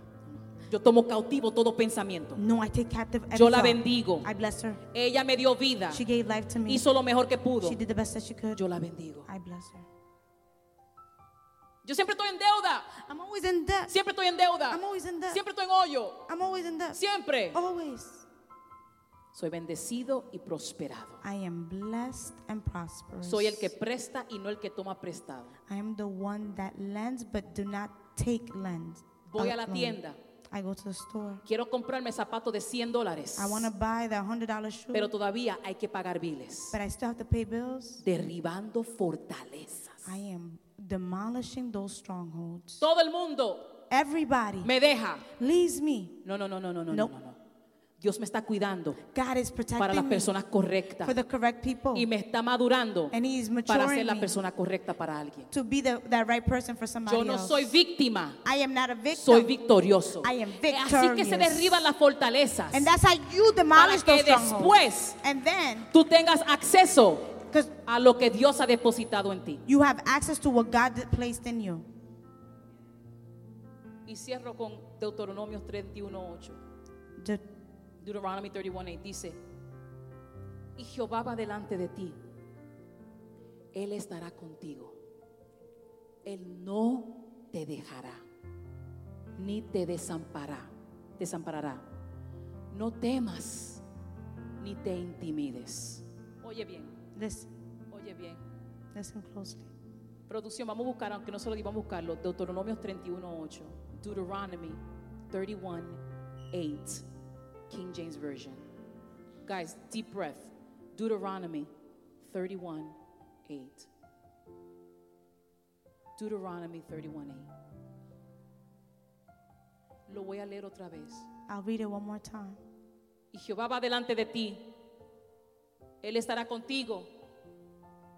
[SPEAKER 2] Yo tomo cautivo todo pensamiento.
[SPEAKER 3] No, I take captive every
[SPEAKER 2] Yo la
[SPEAKER 3] thought.
[SPEAKER 2] bendigo.
[SPEAKER 3] I bless her.
[SPEAKER 2] Ella me dio vida.
[SPEAKER 3] She gave life to me.
[SPEAKER 2] Hizo lo mejor que pudo.
[SPEAKER 3] She did the best that she could.
[SPEAKER 2] Yo la bendigo.
[SPEAKER 3] I bless her.
[SPEAKER 2] Yo siempre estoy en deuda.
[SPEAKER 3] I'm always in debt.
[SPEAKER 2] Siempre estoy en deuda.
[SPEAKER 3] I'm always in debt. Oh.
[SPEAKER 2] Siempre estoy en hoyo.
[SPEAKER 3] I'm always in debt.
[SPEAKER 2] Siempre.
[SPEAKER 3] Always.
[SPEAKER 2] Soy bendecido y prosperado.
[SPEAKER 3] I am blessed and prosperous.
[SPEAKER 2] Soy el que presta y no el que toma prestado.
[SPEAKER 3] I am the one that lends but do not take lends.
[SPEAKER 2] Voy
[SPEAKER 3] out
[SPEAKER 2] a la
[SPEAKER 3] loan.
[SPEAKER 2] tienda.
[SPEAKER 3] I go to the store.
[SPEAKER 2] Quiero comprarme zapatos de 100 dólares.
[SPEAKER 3] I want to buy the $100 shoe,
[SPEAKER 2] Pero todavía hay que pagar biles.
[SPEAKER 3] but I still have to pay bills.
[SPEAKER 2] Derribando fortalezas.
[SPEAKER 3] I am demolishing those strongholds.
[SPEAKER 2] Todo el mundo
[SPEAKER 3] Everybody
[SPEAKER 2] me deja.
[SPEAKER 3] leaves me.
[SPEAKER 2] No, no, no, no, no, no, no,
[SPEAKER 3] No.
[SPEAKER 2] no. Dios me está cuidando
[SPEAKER 3] God
[SPEAKER 2] para
[SPEAKER 3] is
[SPEAKER 2] las
[SPEAKER 3] protecting me
[SPEAKER 2] personas correctas
[SPEAKER 3] for the correct people
[SPEAKER 2] y me está madurando
[SPEAKER 3] And he is
[SPEAKER 2] para
[SPEAKER 3] maturing
[SPEAKER 2] ser la
[SPEAKER 3] me.
[SPEAKER 2] persona correcta para alguien.
[SPEAKER 3] to be the, that right person for somebody
[SPEAKER 2] Yo no
[SPEAKER 3] else.
[SPEAKER 2] soy víctima,
[SPEAKER 3] I am not a victim.
[SPEAKER 2] soy victorioso.
[SPEAKER 3] I am
[SPEAKER 2] Así que se
[SPEAKER 3] victorious.
[SPEAKER 2] derriban las fortalezas
[SPEAKER 3] and that's how you demolish
[SPEAKER 2] para que
[SPEAKER 3] those strongholds.
[SPEAKER 2] después
[SPEAKER 3] And then,
[SPEAKER 2] tú tengas acceso
[SPEAKER 3] because
[SPEAKER 2] a lo que Dios ha depositado en ti.
[SPEAKER 3] you have access to what God did- placed in you.
[SPEAKER 2] Y cierro con Deuteronomio 31:8.
[SPEAKER 3] The-
[SPEAKER 2] Deuteronomy 31:8 dice, y Jehová va delante de ti, Él estará contigo, Él no te dejará, ni te desamparará, desamparará. No temas, ni te intimides. Oye bien,
[SPEAKER 3] listen,
[SPEAKER 2] oye bien.
[SPEAKER 3] listen closely.
[SPEAKER 2] Producción, vamos a buscar, aunque no se lo diga, vamos a buscarlo. Deuteronomios 31.8. Deuteronomy 31.8. King James Version. Guys, deep breath. Deuteronomy 31.8. Deuteronomy 31.8. Lo voy a leer otra vez.
[SPEAKER 3] I'll read it one more time.
[SPEAKER 2] Y Jehová va delante de ti. Él estará contigo.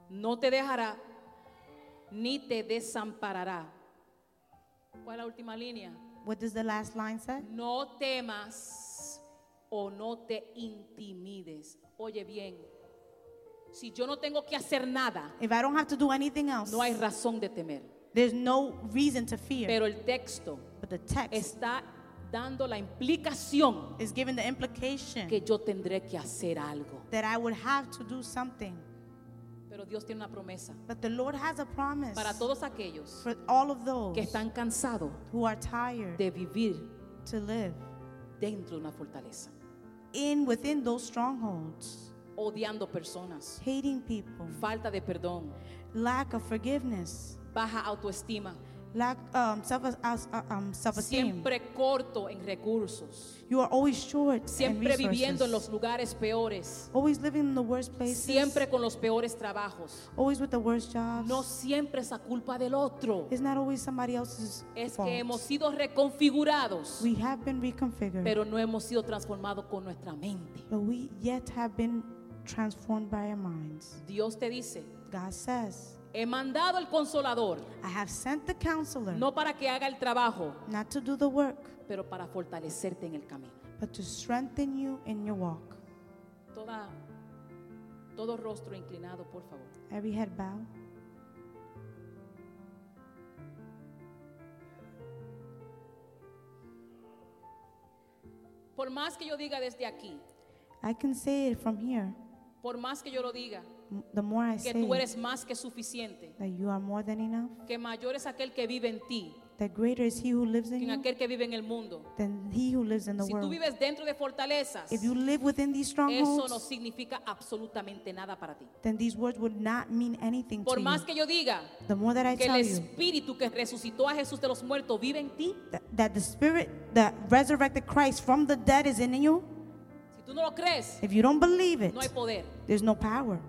[SPEAKER 2] No te dejará ni te desamparará. ¿Cuál es la última línea?
[SPEAKER 3] What does the last line say?
[SPEAKER 2] No temas o no te intimides. Oye bien, si yo no tengo que hacer nada,
[SPEAKER 3] If I don't have to do anything else,
[SPEAKER 2] no hay razón de temer.
[SPEAKER 3] there's no reason to fear.
[SPEAKER 2] Pero el texto
[SPEAKER 3] but the text
[SPEAKER 2] está dando la implicación
[SPEAKER 3] is giving the implication
[SPEAKER 2] que yo tendré que hacer algo.
[SPEAKER 3] that I would have to do something.
[SPEAKER 2] Pero Dios tiene una promesa.
[SPEAKER 3] But the Lord has a promise
[SPEAKER 2] Para todos aquellos
[SPEAKER 3] for all of those
[SPEAKER 2] que están cansados
[SPEAKER 3] who are tired
[SPEAKER 2] de vivir
[SPEAKER 3] to live
[SPEAKER 2] dentro de una fortaleza,
[SPEAKER 3] in within those strongholds,
[SPEAKER 2] odiando personas,
[SPEAKER 3] hating people,
[SPEAKER 2] falta de perdón,
[SPEAKER 3] lack of forgiveness,
[SPEAKER 2] baja autoestima,
[SPEAKER 3] lack um, self uh, um, self-esteem.
[SPEAKER 2] siempre corto en recursos,
[SPEAKER 3] You are always short
[SPEAKER 2] siempre
[SPEAKER 3] and resources.
[SPEAKER 2] viviendo en los lugares peores,
[SPEAKER 3] always living in the worst places.
[SPEAKER 2] siempre con los peores trabajos.
[SPEAKER 3] always with the worst jobs.
[SPEAKER 2] No siempre es la culpa del otro,
[SPEAKER 3] It's not always somebody else's
[SPEAKER 2] es
[SPEAKER 3] fault.
[SPEAKER 2] que hemos sido reconfigurados,
[SPEAKER 3] we have been reconfigured,
[SPEAKER 2] pero no hemos sido transformados con nuestra mente.
[SPEAKER 3] but we yet have been transformed by our minds.
[SPEAKER 2] Dios te dice,
[SPEAKER 3] God says,
[SPEAKER 2] he mandado el consolador,
[SPEAKER 3] I have sent the counselor
[SPEAKER 2] no para que haga el trabajo,
[SPEAKER 3] not to do the work,
[SPEAKER 2] pero para fortalecerte en el camino.
[SPEAKER 3] but to strengthen you in your walk.
[SPEAKER 2] Toda, todo rostro inclinado, por favor.
[SPEAKER 3] Every head bow.
[SPEAKER 2] Por más que yo diga desde aquí,
[SPEAKER 3] I can say it from here.
[SPEAKER 2] por más que yo lo diga,
[SPEAKER 3] M- The more I
[SPEAKER 2] que
[SPEAKER 3] say
[SPEAKER 2] tú
[SPEAKER 3] it,
[SPEAKER 2] eres más que suficiente,
[SPEAKER 3] that you are more than enough,
[SPEAKER 2] que mayor es aquel que vive en ti
[SPEAKER 3] that greater is He who lives in
[SPEAKER 2] que en
[SPEAKER 3] you
[SPEAKER 2] aquel que vive en el mundo.
[SPEAKER 3] than He who lives in the
[SPEAKER 2] Si tú
[SPEAKER 3] world.
[SPEAKER 2] vives dentro de fortalezas,
[SPEAKER 3] If you live within these
[SPEAKER 2] eso no
[SPEAKER 3] strongholds,
[SPEAKER 2] significa absolutamente nada para ti.
[SPEAKER 3] then these words would not mean anything to
[SPEAKER 2] Por
[SPEAKER 3] you.
[SPEAKER 2] más que yo diga
[SPEAKER 3] The more that I
[SPEAKER 2] que el
[SPEAKER 3] tell you
[SPEAKER 2] espíritu que resucitó a Jesús de los muertos vive en ti,
[SPEAKER 3] that, that the Spirit that resurrected Christ from the dead is in you,
[SPEAKER 2] si tú no lo crees,
[SPEAKER 3] if you don't believe it,
[SPEAKER 2] no hay poder.
[SPEAKER 3] there's no power.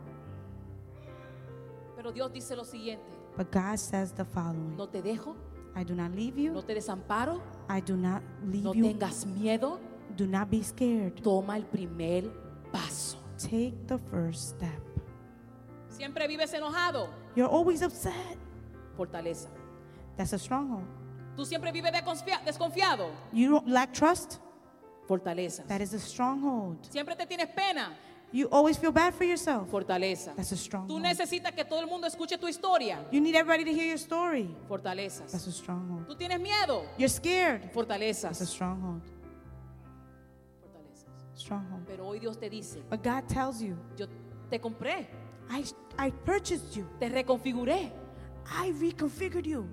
[SPEAKER 2] Pero Dios dice lo siguiente,
[SPEAKER 3] But God says the following
[SPEAKER 2] no te dejo,
[SPEAKER 3] I do not leave you,
[SPEAKER 2] no te desamparo,
[SPEAKER 3] I do not leave
[SPEAKER 2] no
[SPEAKER 3] you.
[SPEAKER 2] tengas miedo,
[SPEAKER 3] Do not be scared.
[SPEAKER 2] toma el primer paso.
[SPEAKER 3] Take the first step.
[SPEAKER 2] Siempre vives enojado,
[SPEAKER 3] You're always upset.
[SPEAKER 2] fortaleza.
[SPEAKER 3] That's a stronghold.
[SPEAKER 2] Tú siempre vives desconfia- desconfiado,
[SPEAKER 3] You don't lack trust.
[SPEAKER 2] fortaleza.
[SPEAKER 3] That is a stronghold.
[SPEAKER 2] Siempre te tienes pena,
[SPEAKER 3] You always feel bad for yourself.
[SPEAKER 2] Fortaleza.
[SPEAKER 3] That's a strong
[SPEAKER 2] Tú
[SPEAKER 3] one.
[SPEAKER 2] necesitas que todo el mundo escuche tu historia.
[SPEAKER 3] You need everybody to hear your story. That's
[SPEAKER 2] Fortalezas.
[SPEAKER 3] a stronghold.
[SPEAKER 2] Tú tienes miedo.
[SPEAKER 3] You're scared. That's a
[SPEAKER 2] Fortalezas.
[SPEAKER 3] stronghold.
[SPEAKER 2] Fortalezas.
[SPEAKER 3] Stronghold.
[SPEAKER 2] Pero hoy Dios te dice,
[SPEAKER 3] But God tells you,
[SPEAKER 2] yo te compré,
[SPEAKER 3] I, I purchased you.
[SPEAKER 2] te reconfiguré.
[SPEAKER 3] I reconfigured you.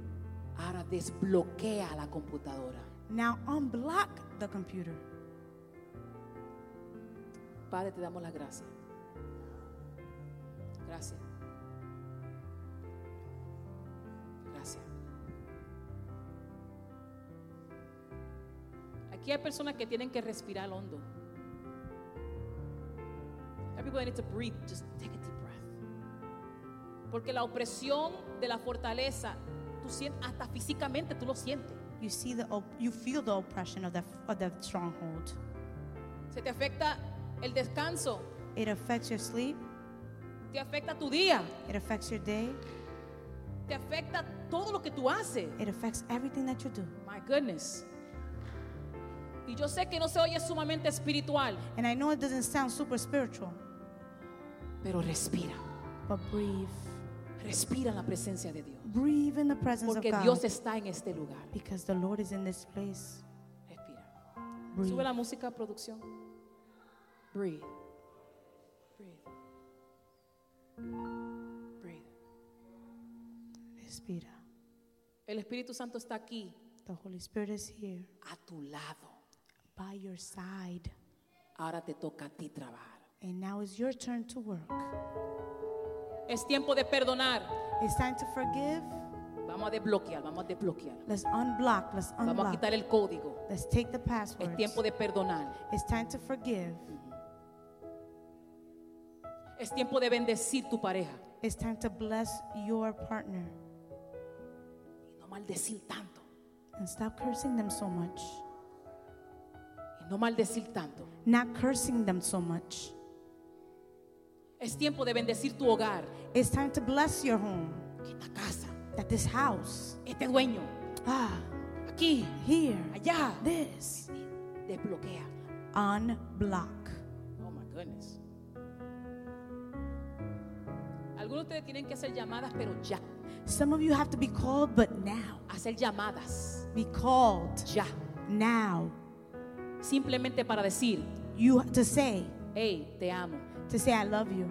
[SPEAKER 2] Ahora desbloquea la computadora.
[SPEAKER 3] Now unblock the computer.
[SPEAKER 2] Padre, te damos las gracias. Gracias. Gracias. Aquí hay personas que tienen que respirar hondo. Everybody needs to breathe. Just take a deep breath. Porque la opresión de la fortaleza, tú sientes, hasta físicamente tú lo sientes.
[SPEAKER 3] You see the op- you feel the oppression of that of that stronghold.
[SPEAKER 2] Se te afecta el descanso,
[SPEAKER 3] It affects your sleep.
[SPEAKER 2] te afecta tu día,
[SPEAKER 3] It affects your day.
[SPEAKER 2] te afecta todo lo que tú haces.
[SPEAKER 3] It affects everything that you do.
[SPEAKER 2] My goodness. Y yo sé que no se oye sumamente espiritual,
[SPEAKER 3] And I know it doesn't sound super spiritual,
[SPEAKER 2] pero respira.
[SPEAKER 3] but breathe.
[SPEAKER 2] Respira en la presencia de Dios.
[SPEAKER 3] Breathe in the presence
[SPEAKER 2] Porque
[SPEAKER 3] of God.
[SPEAKER 2] Dios está en este lugar.
[SPEAKER 3] because the Lord is in this place.
[SPEAKER 2] Respira.
[SPEAKER 3] Breathe.
[SPEAKER 2] Sube la música, producción. Breathe. Breathe. Breathe.
[SPEAKER 3] Respira.
[SPEAKER 2] El Espíritu Santo está aquí,
[SPEAKER 3] The Holy Spirit is here
[SPEAKER 2] a tu lado.
[SPEAKER 3] by your side.
[SPEAKER 2] Ahora te toca a ti trabajar.
[SPEAKER 3] And now it's your turn to work.
[SPEAKER 2] Es tiempo de perdonar.
[SPEAKER 3] It's time to forgive.
[SPEAKER 2] Vamos a desbloquear, vamos a desbloquear.
[SPEAKER 3] Let's unblock. Let's
[SPEAKER 2] Vamos a
[SPEAKER 3] unblock.
[SPEAKER 2] quitar el código.
[SPEAKER 3] Let's take the
[SPEAKER 2] Es
[SPEAKER 3] password.
[SPEAKER 2] tiempo de perdonar.
[SPEAKER 3] It's time to forgive.
[SPEAKER 2] Es tiempo de bendecir tu pareja
[SPEAKER 3] It's time to bless your partner
[SPEAKER 2] y no maldecir tanto.
[SPEAKER 3] and stop cursing them so much.
[SPEAKER 2] Y no maldecir tanto.
[SPEAKER 3] Not cursing them so much.
[SPEAKER 2] Es tiempo de bendecir tu hogar,
[SPEAKER 3] It's time to bless your home.
[SPEAKER 2] que esta casa,
[SPEAKER 3] That this house,
[SPEAKER 2] este dueño,
[SPEAKER 3] ah,
[SPEAKER 2] aquí,
[SPEAKER 3] here,
[SPEAKER 2] allá,
[SPEAKER 3] this,
[SPEAKER 2] desbloquea.
[SPEAKER 3] unblock.
[SPEAKER 2] Oh my goodness. Algunos de ustedes tienen que hacer llamadas, pero ya.
[SPEAKER 3] Some of you have to be called, but now.
[SPEAKER 2] Hacer llamadas,
[SPEAKER 3] Be called
[SPEAKER 2] ya.
[SPEAKER 3] now.
[SPEAKER 2] Simplemente para decir,
[SPEAKER 3] You to say,
[SPEAKER 2] hey, te amo.
[SPEAKER 3] to say, I love you.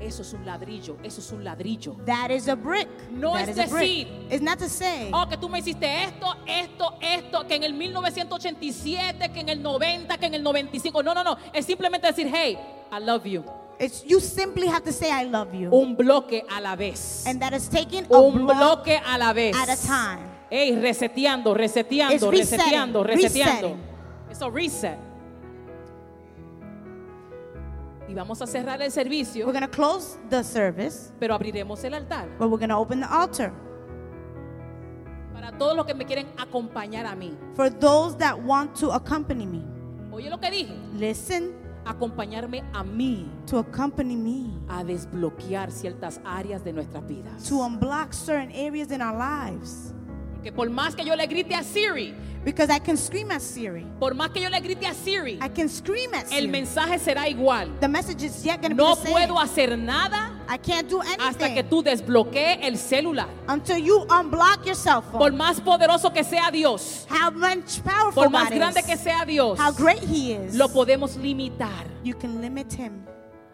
[SPEAKER 2] Eso es un ladrillo, eso es un ladrillo.
[SPEAKER 3] That is a brick.
[SPEAKER 2] No
[SPEAKER 3] That
[SPEAKER 2] es
[SPEAKER 3] is a brick.
[SPEAKER 2] decir.
[SPEAKER 3] It's not to say.
[SPEAKER 2] Oh, que tú me hiciste esto, esto, esto, que en el 1987, que en el 90, que en el 95. No, no, no. Es simplemente decir, hey, I love you.
[SPEAKER 3] It's you simply have to say, I love you.
[SPEAKER 2] Un bloque a la vez.
[SPEAKER 3] And that is taking a
[SPEAKER 2] Un
[SPEAKER 3] block
[SPEAKER 2] bloque a la vez.
[SPEAKER 3] at a time.
[SPEAKER 2] Hey, reseteando,
[SPEAKER 3] It's
[SPEAKER 2] reseteando,
[SPEAKER 3] resetting,
[SPEAKER 2] reseteando, reseteando.
[SPEAKER 3] resetting.
[SPEAKER 2] Eso, reset. Y vamos a cerrar el
[SPEAKER 3] We're
[SPEAKER 2] servicio,
[SPEAKER 3] going to close the service,
[SPEAKER 2] pero abriremos el altar.
[SPEAKER 3] but we're going to open the altar
[SPEAKER 2] Para todos los que me quieren acompañar a mí.
[SPEAKER 3] for those that want to accompany me.
[SPEAKER 2] Oye lo que dije.
[SPEAKER 3] Listen
[SPEAKER 2] Acompañarme a mí.
[SPEAKER 3] to accompany me,
[SPEAKER 2] a desbloquear ciertas áreas de nuestras vidas.
[SPEAKER 3] to unblock certain areas in our lives.
[SPEAKER 2] Porque por más que yo le grite a Siri,
[SPEAKER 3] Because I can scream at Siri.
[SPEAKER 2] por más que yo le grite a Siri,
[SPEAKER 3] I can scream at
[SPEAKER 2] el
[SPEAKER 3] Siri.
[SPEAKER 2] mensaje será igual.
[SPEAKER 3] The message is yet going to
[SPEAKER 2] No
[SPEAKER 3] be the same.
[SPEAKER 2] puedo hacer nada
[SPEAKER 3] I can't do anything
[SPEAKER 2] hasta que tú desbloquees el celular.
[SPEAKER 3] until you unblock your cell phone.
[SPEAKER 2] Por más poderoso que sea Dios,
[SPEAKER 3] how much powerful
[SPEAKER 2] por más
[SPEAKER 3] God
[SPEAKER 2] grande
[SPEAKER 3] is.
[SPEAKER 2] que sea Dios,
[SPEAKER 3] How great he is.
[SPEAKER 2] lo podemos limitar.
[SPEAKER 3] you can limit him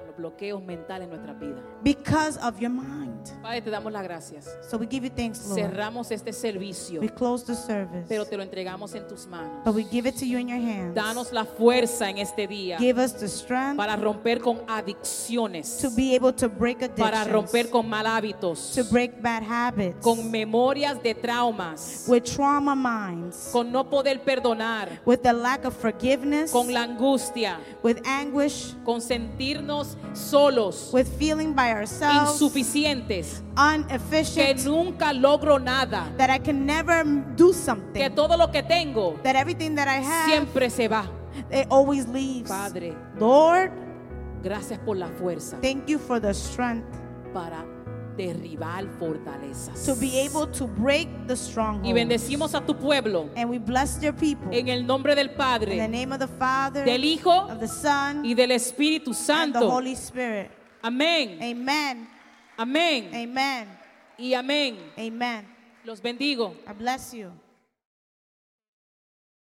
[SPEAKER 2] Los bloqueos mentales en nuestras vidas.
[SPEAKER 3] because of your mind.
[SPEAKER 2] Padre, te damos las gracias.
[SPEAKER 3] So we give you thanks, Lord.
[SPEAKER 2] Cerramos este servicio,
[SPEAKER 3] We close the service,
[SPEAKER 2] pero te lo entregamos en tus manos.
[SPEAKER 3] but we give it to you in your hands.
[SPEAKER 2] Danos la fuerza en este día.
[SPEAKER 3] give us the strength
[SPEAKER 2] para romper con adicciones,
[SPEAKER 3] to be able to break addictions,
[SPEAKER 2] para romper con mal hábitos,
[SPEAKER 3] to break bad habits,
[SPEAKER 2] con memorias de traumas,
[SPEAKER 3] with trauma minds,
[SPEAKER 2] con no poder perdonar,
[SPEAKER 3] with the lack of forgiveness,
[SPEAKER 2] con la angustia,
[SPEAKER 3] with anguish,
[SPEAKER 2] con sentirnos solos,
[SPEAKER 3] with feeling by ourselves,
[SPEAKER 2] insuficientes, que
[SPEAKER 3] inefficient,
[SPEAKER 2] nunca logro nada,
[SPEAKER 3] that I can never do something,
[SPEAKER 2] que todo lo que tengo
[SPEAKER 3] that everything that I have,
[SPEAKER 2] siempre se va.
[SPEAKER 3] it always leaves.
[SPEAKER 2] Padre,
[SPEAKER 3] Lord,
[SPEAKER 2] gracias por la fuerza
[SPEAKER 3] thank you for the strength
[SPEAKER 2] para derribar fortalezas.
[SPEAKER 3] to be able to break the
[SPEAKER 2] Y
[SPEAKER 3] stronghold.
[SPEAKER 2] bendecimos a tu pueblo
[SPEAKER 3] And we bless your people
[SPEAKER 2] en el nombre del
[SPEAKER 3] in the
[SPEAKER 2] Padre,
[SPEAKER 3] name of the Father,
[SPEAKER 2] del Hijo
[SPEAKER 3] of the Son,
[SPEAKER 2] y del Espíritu
[SPEAKER 3] and the
[SPEAKER 2] Santo.
[SPEAKER 3] Holy Spirit.
[SPEAKER 2] Amén,
[SPEAKER 3] Amen.
[SPEAKER 2] amén
[SPEAKER 3] Amen.
[SPEAKER 2] y amén.
[SPEAKER 3] Amen.
[SPEAKER 2] Los bendigo.
[SPEAKER 3] I bless you.